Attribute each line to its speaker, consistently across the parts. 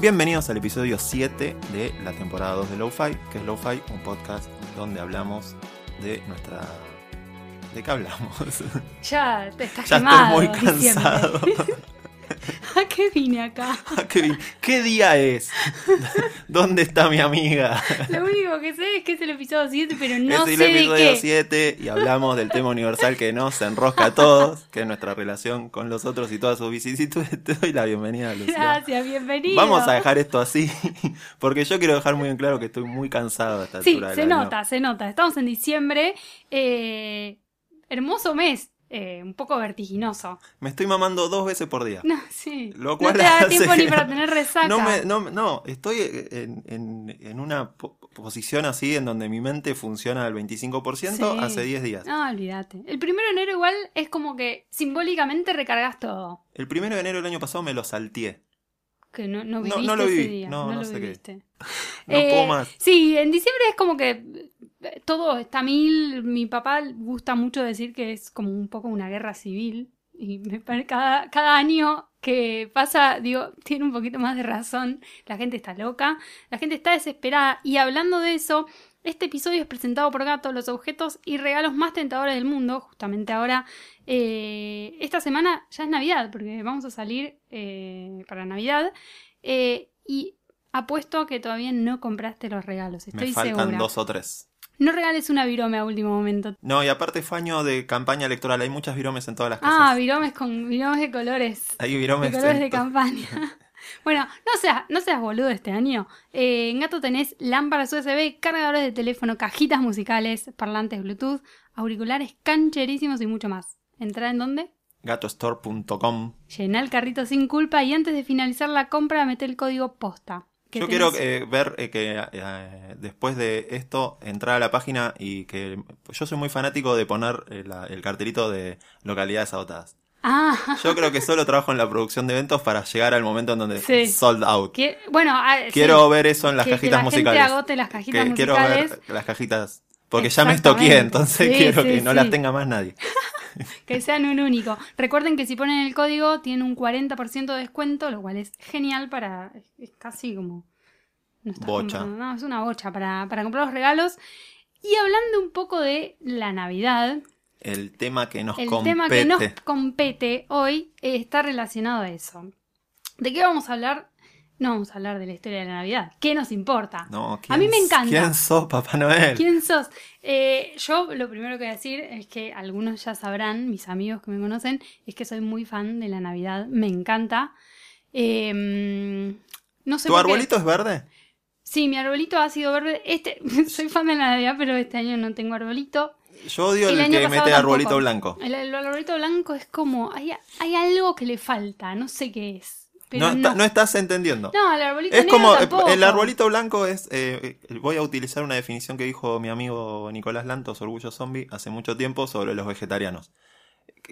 Speaker 1: Bienvenidos al episodio 7 de la temporada 2 de Lo-Fi, que es Lo-Fi, un podcast donde hablamos de nuestra... ¿De qué hablamos?
Speaker 2: Ya, te estás
Speaker 1: ya
Speaker 2: quemado.
Speaker 1: estoy muy cansado.
Speaker 2: diciembre. ¿A qué vine acá?
Speaker 1: Ah, qué, bien. ¿Qué día es? ¿Dónde está mi amiga?
Speaker 2: Lo único que sé es que es el episodio 7, pero no
Speaker 1: es el
Speaker 2: sé de
Speaker 1: episodio
Speaker 2: qué.
Speaker 1: 7 y hablamos del tema universal que nos enrosca a todos, que es nuestra relación con los otros y todas sus vicisitudes. Te doy la bienvenida, Lucía.
Speaker 2: Gracias, bienvenido.
Speaker 1: Vamos a dejar esto así, porque yo quiero dejar muy en claro que estoy muy cansado a esta
Speaker 2: Sí,
Speaker 1: altura del
Speaker 2: se
Speaker 1: año.
Speaker 2: nota, se nota. Estamos en diciembre. eh, hermoso mes, eh, un poco vertiginoso.
Speaker 1: Me estoy mamando dos veces por día.
Speaker 2: No, sí.
Speaker 1: Lo cual
Speaker 2: no te da
Speaker 1: hace
Speaker 2: tiempo
Speaker 1: que
Speaker 2: ni para tener resaca.
Speaker 1: No, me- no, no, estoy en, en- en una po- posición así en donde mi mente funciona al 25%
Speaker 2: Sí.
Speaker 1: hace 10 días.
Speaker 2: No, olvídate. El primero de enero igual es como que simbólicamente recargas todo.
Speaker 1: El primero de enero del año pasado me lo salteé.
Speaker 2: Que no, no
Speaker 1: No,
Speaker 2: viviste
Speaker 1: no lo
Speaker 2: ese
Speaker 1: viví.
Speaker 2: día.
Speaker 1: No, no
Speaker 2: lo
Speaker 1: sé qué.
Speaker 2: viviste.
Speaker 1: No
Speaker 2: Eh,
Speaker 1: puedo más.
Speaker 2: Sí, en diciembre es como que eh, todo está mil. Mi papá gusta mucho decir que es como un poco una guerra civil. Y me pare- cada, cada año que pasa, digo, tiene un poquito más de razón. La gente está loca, la gente está desesperada. Y hablando de eso, este episodio es presentado por Gato, los objetos y regalos más tentadores del mundo. Justamente ahora, eh, esta semana ya es Navidad, porque vamos a salir eh, para Navidad. Eh, y apuesto a que todavía no compraste los regalos, estoy
Speaker 1: me faltan
Speaker 2: segura.
Speaker 1: dos o tres.
Speaker 2: No regales una virome a último momento.
Speaker 1: No, y aparte fue año de campaña electoral. Hay muchas viromes en todas las casas.
Speaker 2: Ah, viromes con viromes de colores.
Speaker 1: Hay viromes.
Speaker 2: de colores
Speaker 1: en
Speaker 2: de
Speaker 1: to-
Speaker 2: campaña. Bueno, no seas, no seas boludo este año. Eh, en Gato tenés lámparas USB, cargadores de teléfono, cajitas musicales, parlantes Bluetooth, auriculares cancherísimos y mucho más. ¿Entra en dónde?
Speaker 1: Gatostore.com.
Speaker 2: Llená el carrito sin culpa y antes de finalizar la compra mete el código posta. que
Speaker 1: Yo
Speaker 2: tenés-
Speaker 1: quiero eh, ver eh, que eh, después de esto entrar a la página y que yo soy muy fanático de poner eh, la- el cartelito de localidades agotadas.
Speaker 2: Ah,
Speaker 1: Yo creo que solo trabajo en la producción de eventos para llegar al momento en donde
Speaker 2: Sí.
Speaker 1: sold out.
Speaker 2: que- bueno, ah, sí,
Speaker 1: Quiero ver eso en las
Speaker 2: que- que
Speaker 1: cajitas
Speaker 2: la
Speaker 1: musicales.
Speaker 2: Gente agote las cajitas
Speaker 1: Que quiero
Speaker 2: musicales.
Speaker 1: ver las cajitas. Porque ya me estoqué,
Speaker 2: Exactamente.
Speaker 1: entonces
Speaker 2: Sí,
Speaker 1: quiero
Speaker 2: sí,
Speaker 1: que no
Speaker 2: sí.
Speaker 1: las tenga más nadie.
Speaker 2: Que sean un único. Recuerden que si ponen el código tienen un 40% de descuento, lo cual es genial para... es- Es casi como... no estás
Speaker 1: Bocha.
Speaker 2: comprando- No, es una bocha para, para comprar los regalos. Y hablando un poco de la Navidad,
Speaker 1: El tema que nos
Speaker 2: el
Speaker 1: compete.
Speaker 2: tema que nos compete hoy eh, está relacionado a eso. ¿De qué vamos a hablar? No vamos a hablar de la historia de la Navidad. ¿Qué nos importa?
Speaker 1: No,
Speaker 2: A mí
Speaker 1: ¿quién-
Speaker 2: me encanta.
Speaker 1: ¿Quién sos, Papá Noel?
Speaker 2: ¿Quién sos? Eh, yo lo primero que voy a decir es que algunos ya sabrán, mis amigos que me conocen, es que soy muy fan de la Navidad, me encanta. Eh, no sé
Speaker 1: ¿Tu
Speaker 2: por qué.
Speaker 1: arbolito es verde?
Speaker 2: Sí, mi arbolito ha sido verde. Este, soy fan de la Navidad, pero este año no tengo arbolito.
Speaker 1: Yo odio
Speaker 2: El
Speaker 1: el,
Speaker 2: año
Speaker 1: que
Speaker 2: pasado
Speaker 1: mete arbolito
Speaker 2: tampoco.
Speaker 1: blanco.
Speaker 2: El, el arbolito blanco es como, hay, hay algo que le falta, no sé qué es. Pero
Speaker 1: No,
Speaker 2: no,
Speaker 1: está- no estás entendiendo.
Speaker 2: No, el arbolito
Speaker 1: es
Speaker 2: negro
Speaker 1: como eh,
Speaker 2: tampoco.
Speaker 1: el arbolito blanco es. eh, eh, voy a utilizar una definición que dijo mi amigo Nicolás Lantos, Orgullo Zombie, hace mucho tiempo sobre los vegetarianos.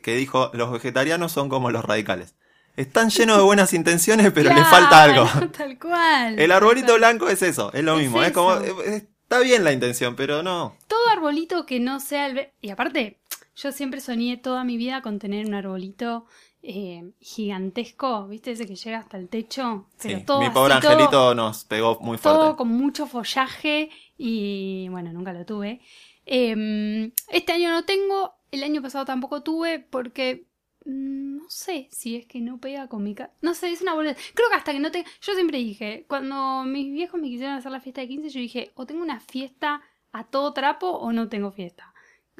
Speaker 1: Que dijo: Los vegetarianos son como los radicales. Están llenos de buenas intenciones, pero les falta
Speaker 2: Claro,
Speaker 1: algo.
Speaker 2: Tal cual.
Speaker 1: El arbolito
Speaker 2: Tal-
Speaker 1: blanco es eso, es lo
Speaker 2: Es
Speaker 1: mismo. Es como.
Speaker 2: eso.
Speaker 1: eh, Está bien la intención, pero no.
Speaker 2: todo arbolito que no sea el... ve- Y aparte, yo siempre soñé toda mi vida con tener un arbolito eh, gigantesco, ¿viste? Ese que llega hasta el techo. Pero
Speaker 1: Sí,
Speaker 2: todo
Speaker 1: mi pobre
Speaker 2: así, todo-
Speaker 1: angelito nos pegó muy
Speaker 2: Todo,
Speaker 1: fuerte.
Speaker 2: con mucho follaje y bueno, nunca lo tuve. Em, este año no tengo, el año pasado tampoco tuve porque mm, no sé si es que no pega con mi casa. No sé, es una boludez. Creo que hasta que no te Yo siempre dije, cuando mis viejos me quisieron hacer la fiesta de 15, yo dije, o tengo una fiesta a todo trapo o no tengo fiesta.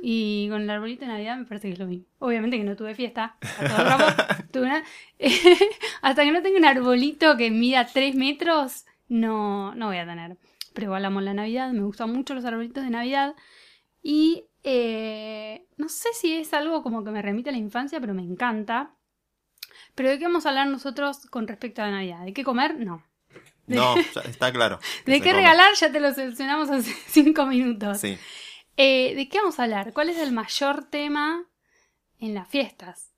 Speaker 2: Y con el arbolito de Navidad me parece que es lo mismo. Obviamente que no tuve fiesta a todo trapo. tuve una- hasta que no tenga un arbolito que mida 3 metros, no, no voy a tener. Pero igual amo la Navidad, me gustan mucho los arbolitos de Navidad. Y eh, no sé si es algo como que me remite a la infancia, pero me encanta. Pero ¿de qué vamos a hablar nosotros con respecto a la Navidad? ¿De qué comer? No. ¿De,
Speaker 1: No, ya está claro. que
Speaker 2: ¿de
Speaker 1: se
Speaker 2: qué
Speaker 1: come.
Speaker 2: regalar? Ya te lo solucionamos hace 5 minutos.
Speaker 1: Sí.
Speaker 2: Eh, ¿De qué vamos a hablar? ¿Cuál es el mayor tema en las fiestas?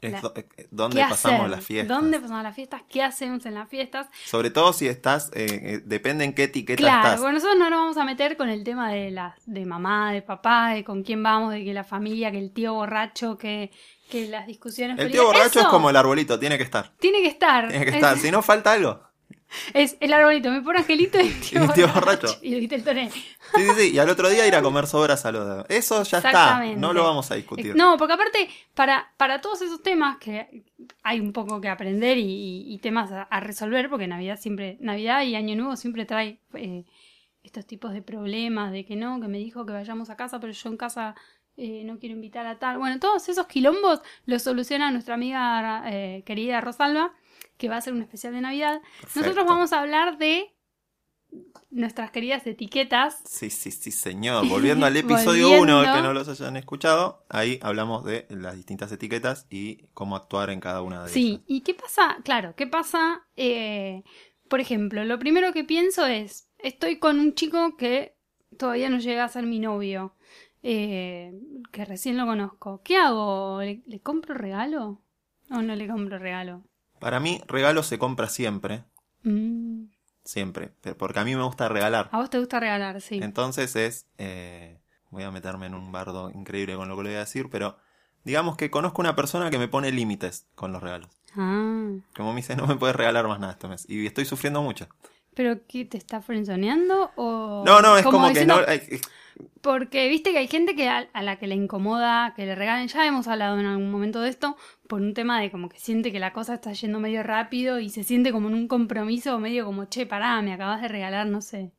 Speaker 1: Es
Speaker 2: La-
Speaker 1: do- eh, ¿Dónde
Speaker 2: ¿Qué
Speaker 1: pasamos
Speaker 2: hacer?
Speaker 1: las fiestas?
Speaker 2: ¿Dónde pasamos las fiestas? ¿Qué hacemos en las fiestas?
Speaker 1: Sobre todo si estás, eh, eh, depende en qué etiqueta
Speaker 2: Claro,
Speaker 1: estás.
Speaker 2: bueno, nosotros no nos vamos a meter con el tema de la, de mamá, de papá, de con quién vamos, de que la familia, que el tío borracho, que, que las discusiones.
Speaker 1: el
Speaker 2: políticas.
Speaker 1: tío borracho es
Speaker 2: Eso
Speaker 1: como el arbolito, tiene que estar.
Speaker 2: Tiene que estar.
Speaker 1: Tiene que
Speaker 2: Es-
Speaker 1: estar, si no falta algo.
Speaker 2: Es, el arbolito, mi pobre angelito y el tío,
Speaker 1: Y el tío
Speaker 2: borracho.
Speaker 1: borracho.
Speaker 2: Y el Vito el Toré.
Speaker 1: Sí, sí, sí, y al otro día ir a comer sobras al lado. Eso ya está,
Speaker 2: Exactamente.
Speaker 1: no lo vamos a discutir.
Speaker 2: No, porque aparte, para, para todos esos temas que hay un poco que aprender y, y- y temas a, a resolver, porque Navidad siempre, Navidad y Año Nuevo siempre trae eh, estos tipos de problemas, de que no, que me dijo que vayamos a casa, pero yo en casa eh, no quiero invitar a tal. Bueno, todos esos quilombos los soluciona nuestra amiga eh, querida Rosalba, que va a hacer un especial de Navidad. Nosotros
Speaker 1: Perfecto.
Speaker 2: vamos a hablar de nuestras queridas etiquetas
Speaker 1: Sí, sí, sí, señor. Volviendo al episodio
Speaker 2: Volviendo.
Speaker 1: 1, que no los hayan escuchado, ahí hablamos de las distintas etiquetas y cómo actuar en cada una de ellas.
Speaker 2: Sí, ¿y qué pasa? Claro, ¿qué pasa? Eh, por ejemplo, lo primero que pienso es, estoy con un chico que todavía no llega a ser mi novio, eh, que recién lo conozco. ¿Qué hago? ¿Le, le compro regalo? ¿O no le compro regalo?
Speaker 1: Para mí, regalo se compra siempre,
Speaker 2: Mm,
Speaker 1: siempre, pero- porque a mí me gusta regalar.
Speaker 2: A vos te gusta regalar, sí.
Speaker 1: Entonces es, eh, voy a meterme en un bardo increíble con lo que le voy a decir, pero digamos que conozco una persona que me pone límites con los regalos.
Speaker 2: Ah,
Speaker 1: Como me dice, no me puedes regalar más nada este mes. Y estoy sufriendo mucho.
Speaker 2: ¿pero qué te está frenzoneando? O...
Speaker 1: No, no, es como, que
Speaker 2: diciendo-
Speaker 1: no... eh, eh,
Speaker 2: Porque viste que hay gente que a, a la que le incomoda que le regalen, ya hemos hablado en algún momento de esto, por un tema de como que siente que la cosa está yendo medio rápido y se siente como en un compromiso medio como, che, pará, me acabas de regalar, no sé,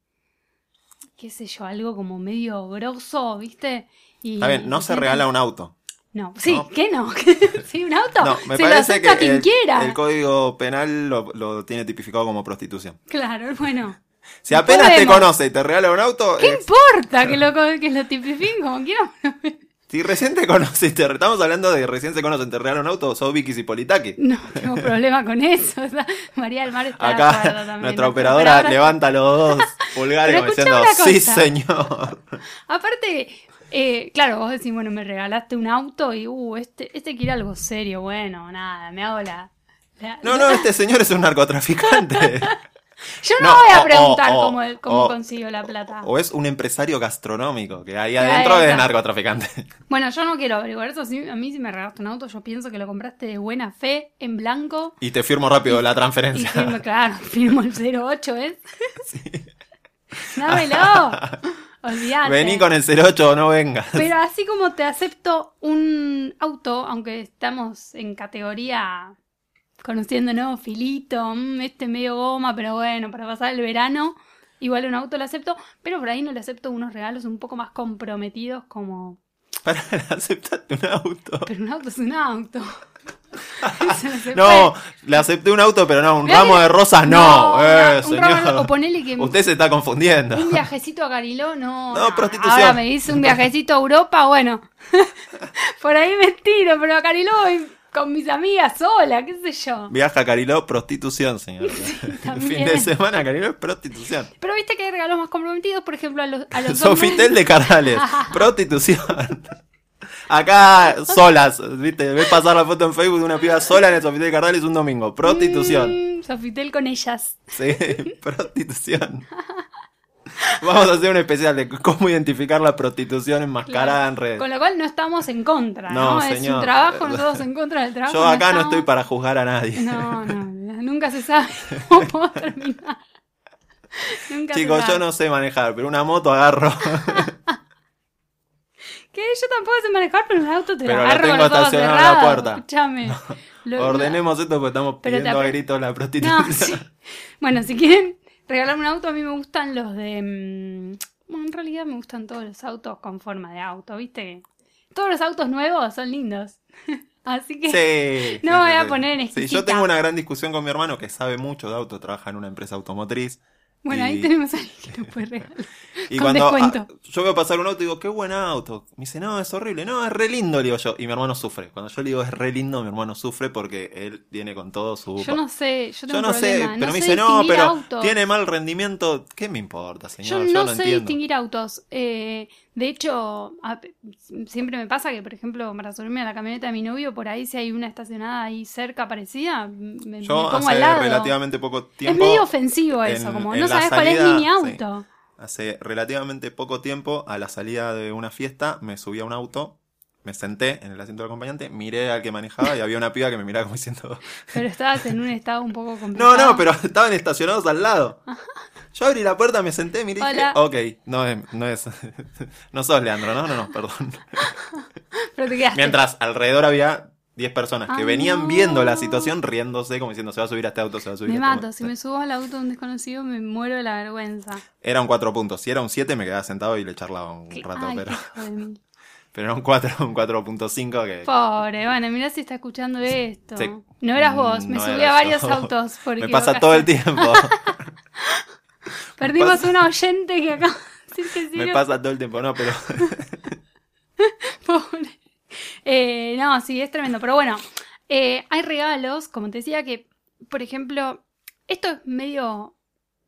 Speaker 2: qué sé yo, algo como medio grosso, viste. Y,
Speaker 1: Está bien, no
Speaker 2: y
Speaker 1: se
Speaker 2: siente-
Speaker 1: regala un auto.
Speaker 2: No, sí,
Speaker 1: No.
Speaker 2: ¿qué no? sí, un auto.
Speaker 1: No, me
Speaker 2: se lo
Speaker 1: parece
Speaker 2: acepta
Speaker 1: que
Speaker 2: quien
Speaker 1: el,
Speaker 2: quiera.
Speaker 1: el código penal lo, lo tiene tipificado como prostitución.
Speaker 2: Claro, bueno.
Speaker 1: Si apenas te
Speaker 2: Podemos.
Speaker 1: conoce y te regala un auto,
Speaker 2: ¿Qué
Speaker 1: eh,
Speaker 2: importa que lo, co- que lo tipifiquen como quieran?
Speaker 1: si recién te conoce, y te, estamos hablando de recién se conocen, te regala un auto, sos Vicky Zipolitaki.
Speaker 2: No tengo problema con eso. o sea, María del Mar está de acuerdo
Speaker 1: Acá
Speaker 2: también.
Speaker 1: nuestra operadora levanta los dos pulgares
Speaker 2: Pero
Speaker 1: como diciendo,
Speaker 2: escuchame
Speaker 1: sí
Speaker 2: una cosa".
Speaker 1: señor.
Speaker 2: Aparte, eh, claro, vos decís, bueno, me regalaste un auto y, uh, este, este quiere algo serio. Bueno, nada, me hago la. la-
Speaker 1: No, no, este señor es un narcotraficante. Oh,
Speaker 2: Yo no,
Speaker 1: no,
Speaker 2: voy a
Speaker 1: o-
Speaker 2: preguntar
Speaker 1: o-
Speaker 2: cómo, cómo
Speaker 1: o-
Speaker 2: consigo la plata.
Speaker 1: oh. O es un empresario gastronómico, que ahí
Speaker 2: Ya
Speaker 1: adentro es
Speaker 2: está.
Speaker 1: narcotraficante.
Speaker 2: Bueno, yo no quiero averiguar eso. Si, a mí, si me regalaste un auto, yo pienso que lo compraste de buena fe, en blanco.
Speaker 1: Y te firmo rápido la
Speaker 2: Y
Speaker 1: transferencia.
Speaker 2: firmo, claro, firmo el 08, ¿eh? Dámelo. Olvídate.
Speaker 1: Vení con el 08 o no vengas.
Speaker 2: Pero así como te acepto un auto, aunque estamos en categoría conociéndonos, filito, mm, este medio goma, pero bueno, para pasar el verano, igual un auto lo acepto, pero por ahí no le acepto unos regalos un poco más comprometidos como...
Speaker 1: Para, aceptaste un auto.
Speaker 2: Pero un auto es un auto. Eso se
Speaker 1: No, le acepté un auto, pero no, un
Speaker 2: Mirá
Speaker 1: ramo
Speaker 2: que-
Speaker 1: de rosas
Speaker 2: puede.
Speaker 1: no. eh,
Speaker 2: un
Speaker 1: señor.
Speaker 2: ramo- o ponele que
Speaker 1: Usted se está confundiendo.
Speaker 2: un viajecito a Cariló, no.
Speaker 1: No, prostitución.
Speaker 2: Ahora me dice un viajecito a Europa, bueno. por ahí me tiro, pero a Cariló voy con mis amigas sola, qué sé yo.
Speaker 1: Viaja a Cariló, prostitución, señor. El fin
Speaker 2: también.
Speaker 1: de semana, Cariló es prostitución.
Speaker 2: Pero viste que hay regalos más comprometidos, por ejemplo, a los, a los
Speaker 1: Sofitel
Speaker 2: hombres.
Speaker 1: de Carales, prostitución. Acá, solas, ¿viste? Ves pasar la foto en Facebook de una piba sola en el Sofitel de Carales un domingo. Prostitución.
Speaker 2: Mm, Sofitel con ellas.
Speaker 1: Sí, prostitución. Vamos a hacer un especial de cómo identificar la prostitución enmascarada en redes.
Speaker 2: Con lo cual no estamos en contra, ¿no?
Speaker 1: No,
Speaker 2: Es un
Speaker 1: señor.
Speaker 2: trabajo, nosotros en contra del trabajo.
Speaker 1: Yo acá no
Speaker 2: estamos.
Speaker 1: estoy para juzgar a nadie.
Speaker 2: No, no, nunca se sabe cómo puedo terminar. Nunca se
Speaker 1: Chicos,
Speaker 2: sabe.
Speaker 1: yo no sé manejar, pero una moto agarro.
Speaker 2: Que yo tampoco sé manejar, pero en el auto te
Speaker 1: Pero lo
Speaker 2: la agarro con
Speaker 1: tengo
Speaker 2: los ojos
Speaker 1: estacionado en la
Speaker 2: cerrados.
Speaker 1: puerta.
Speaker 2: Escúchame. Lo-
Speaker 1: Ordenemos esto porque estamos
Speaker 2: Pero te
Speaker 1: pidiendo a
Speaker 2: apre-
Speaker 1: gritos la prostituta.
Speaker 2: No, sí. Bueno, si quieren regalarme un auto, a mí me gustan los de. mm, bueno, en realidad me gustan todos los autos con forma de auto, ¿viste? Todos los autos nuevos son lindos. Así que.
Speaker 1: Sí, sí,
Speaker 2: No voy
Speaker 1: sí,
Speaker 2: a
Speaker 1: sí.
Speaker 2: poner en este
Speaker 1: Sí, yo
Speaker 2: exquisita.
Speaker 1: tengo una gran discusión con mi hermano que sabe mucho de auto, trabaja en una empresa automotriz.
Speaker 2: Bueno,
Speaker 1: y-
Speaker 2: ahí tenemos a alguien que nos puede regalar.
Speaker 1: Y
Speaker 2: Con
Speaker 1: cuando ah,
Speaker 2: descuento.
Speaker 1: yo veo pasar un auto y digo, qué buen auto. Me dice, no, es horrible. No, es re lindo, le digo yo. Y mi hermano sufre. Cuando yo le digo, es re lindo, mi hermano sufre porque él viene con todo su...
Speaker 2: Yo no sé, yo
Speaker 1: Yo
Speaker 2: tengo
Speaker 1: no
Speaker 2: un problema.
Speaker 1: sé, pero
Speaker 2: no
Speaker 1: me
Speaker 2: sé
Speaker 1: dice, no,
Speaker 2: distinguir
Speaker 1: pero
Speaker 2: autos.
Speaker 1: tiene mal rendimiento. ¿Qué me importa,
Speaker 2: Yo
Speaker 1: señor?
Speaker 2: no, sé
Speaker 1: entiendo.
Speaker 2: distinguir autos. Eh, de hecho, a- siempre me pasa que, por ejemplo, para subirme a la camioneta de mi novio, por ahí si hay una estacionada ahí cerca parecida, me, me
Speaker 1: Yo
Speaker 2: pongo
Speaker 1: hace
Speaker 2: al lado.
Speaker 1: relativamente poco
Speaker 2: es
Speaker 1: tiempo...
Speaker 2: medio ofensivo eso,
Speaker 1: en-
Speaker 2: como
Speaker 1: en
Speaker 2: no
Speaker 1: la
Speaker 2: sabes cuál es
Speaker 1: salida,
Speaker 2: ni mi
Speaker 1: sí.
Speaker 2: auto.
Speaker 1: Hace relativamente poco tiempo, a la salida de una fiesta, me subí a un auto, me senté en el asiento del acompañante, miré al que manejaba y había una piba que me miraba como diciendo,
Speaker 2: Pero estabas en un estado un poco complicado.
Speaker 1: no, no, pero estaban estacionados al lado. Yo abrí la puerta, me senté, miré y dije,
Speaker 2: Hola.
Speaker 1: ok, no es, no es, no sos Leandro, no, no, no, perdón.
Speaker 2: Pero te quedaste.
Speaker 1: Mientras alrededor había 10 personas que
Speaker 2: Ah,
Speaker 1: venían
Speaker 2: no.
Speaker 1: viendo la situación riéndose, como diciendo, se va a subir a este auto, se va a subir a
Speaker 2: me
Speaker 1: este
Speaker 2: mato,
Speaker 1: auto.
Speaker 2: si me subo al auto de un desconocido me muero de la vergüenza.
Speaker 1: Era un 4 puntos, si era un 7 me quedaba sentado y le charlaba un
Speaker 2: Que-
Speaker 1: rato,
Speaker 2: ay,
Speaker 1: pero...
Speaker 2: qué hijo de mil.
Speaker 1: Pero era un 4, un 4.5 que...
Speaker 2: Pobre, bueno, mirá si está escuchando esto.
Speaker 1: sí. Mm,
Speaker 2: No eras vos, me
Speaker 1: No
Speaker 2: subí
Speaker 1: era
Speaker 2: a varios
Speaker 1: yo.
Speaker 2: autos. Porque
Speaker 1: Me pasa todo el tiempo.
Speaker 2: Perdimos
Speaker 1: pasa-
Speaker 2: una oyente que acaba de decir que sí.
Speaker 1: me
Speaker 2: no-
Speaker 1: pasa todo el tiempo, no, pero
Speaker 2: Pobre. Eh, no, sí, es tremendo. Pero bueno, eh, hay regalos, como te decía, que, por ejemplo, esto es medio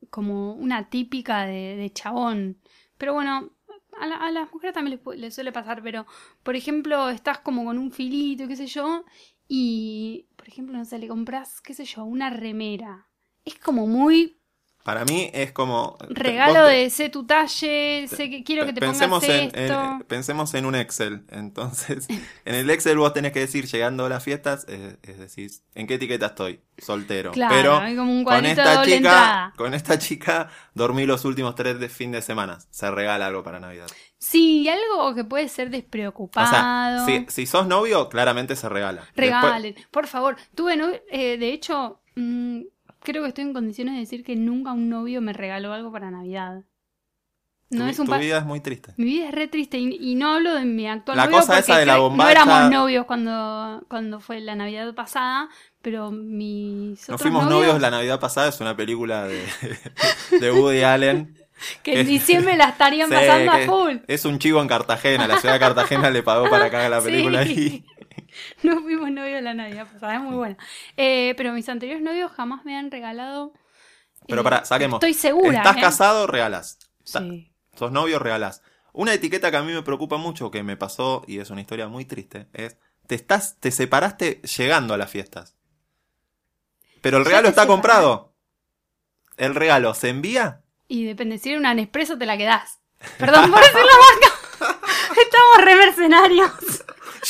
Speaker 2: como una típica de, de chabón. Pero bueno, a, la- a las mujeres también les, pu- les suele pasar, pero, por ejemplo, estás como con un filito, qué sé yo, y, por ejemplo, no sé, le compras, qué sé yo, una remera. Es como muy
Speaker 1: para mí es como...
Speaker 2: regalo
Speaker 1: vos te-
Speaker 2: de sé tu talle, sé que quiero que te
Speaker 1: pensemos
Speaker 2: pongas
Speaker 1: en, en-
Speaker 2: esto.
Speaker 1: pensemos en un Excel. Entonces, en el Excel vos tenés que decir, llegando a las fiestas, es, es decir, ¿en qué etiqueta estoy? Soltero.
Speaker 2: Claro,
Speaker 1: Pero
Speaker 2: hay como un
Speaker 1: con
Speaker 2: cuadrito de
Speaker 1: esta
Speaker 2: doble
Speaker 1: chica,
Speaker 2: entrada.
Speaker 1: con esta chica, dormí los últimos tres de fin de semana. Se regala algo para Navidad.
Speaker 2: Sí, algo que puede ser
Speaker 1: O sea,
Speaker 2: despreocupado.
Speaker 1: si, si sos novio, claramente se regala. Después-
Speaker 2: Regalen, por favor. Tuve, no- eh, de hecho, mm, creo que estoy en condiciones de decir que nunca un novio me regaló algo para Navidad. No
Speaker 1: tu,
Speaker 2: es un
Speaker 1: tu
Speaker 2: pa-
Speaker 1: vida es muy triste.
Speaker 2: Mi vida es re triste y, y no hablo de mi actual
Speaker 1: La
Speaker 2: novio
Speaker 1: cosa
Speaker 2: porque
Speaker 1: esa de la
Speaker 2: creo-
Speaker 1: bombacha-
Speaker 2: no éramos novios cuando, cuando fue la Navidad pasada, pero mis
Speaker 1: No
Speaker 2: otros
Speaker 1: fuimos
Speaker 2: novios,
Speaker 1: novios la Navidad pasada, es una película de, de Woody Allen.
Speaker 2: que en
Speaker 1: que-
Speaker 2: diciembre la estarían
Speaker 1: Sí,
Speaker 2: pasando a
Speaker 1: que
Speaker 2: full.
Speaker 1: Es un chivo en Cartagena, la ciudad de Cartagena le pagó para que haga la película
Speaker 2: Sí.
Speaker 1: ahí.
Speaker 2: No fuimos novios la Navidad pasada, es muy buena. Eh, pero mis anteriores novios jamás me han regalado.
Speaker 1: Pero
Speaker 2: eh,
Speaker 1: pará, saquemos.
Speaker 2: Estoy segura.
Speaker 1: Estás
Speaker 2: ¿eh?
Speaker 1: casado, regalás. Ta-
Speaker 2: Sí.
Speaker 1: Sos novio, regalás. Una etiqueta que a mí me preocupa mucho, que me pasó y es una historia muy triste, es te estás, te separaste llegando a las fiestas. Pero el
Speaker 2: Ya
Speaker 1: regalo
Speaker 2: te
Speaker 1: está
Speaker 2: separaste.
Speaker 1: comprado. El regalo se envía.
Speaker 2: Y depende, si era una Nespresso te la quedás. Perdón por decir la marca. Estamos re mercenarios.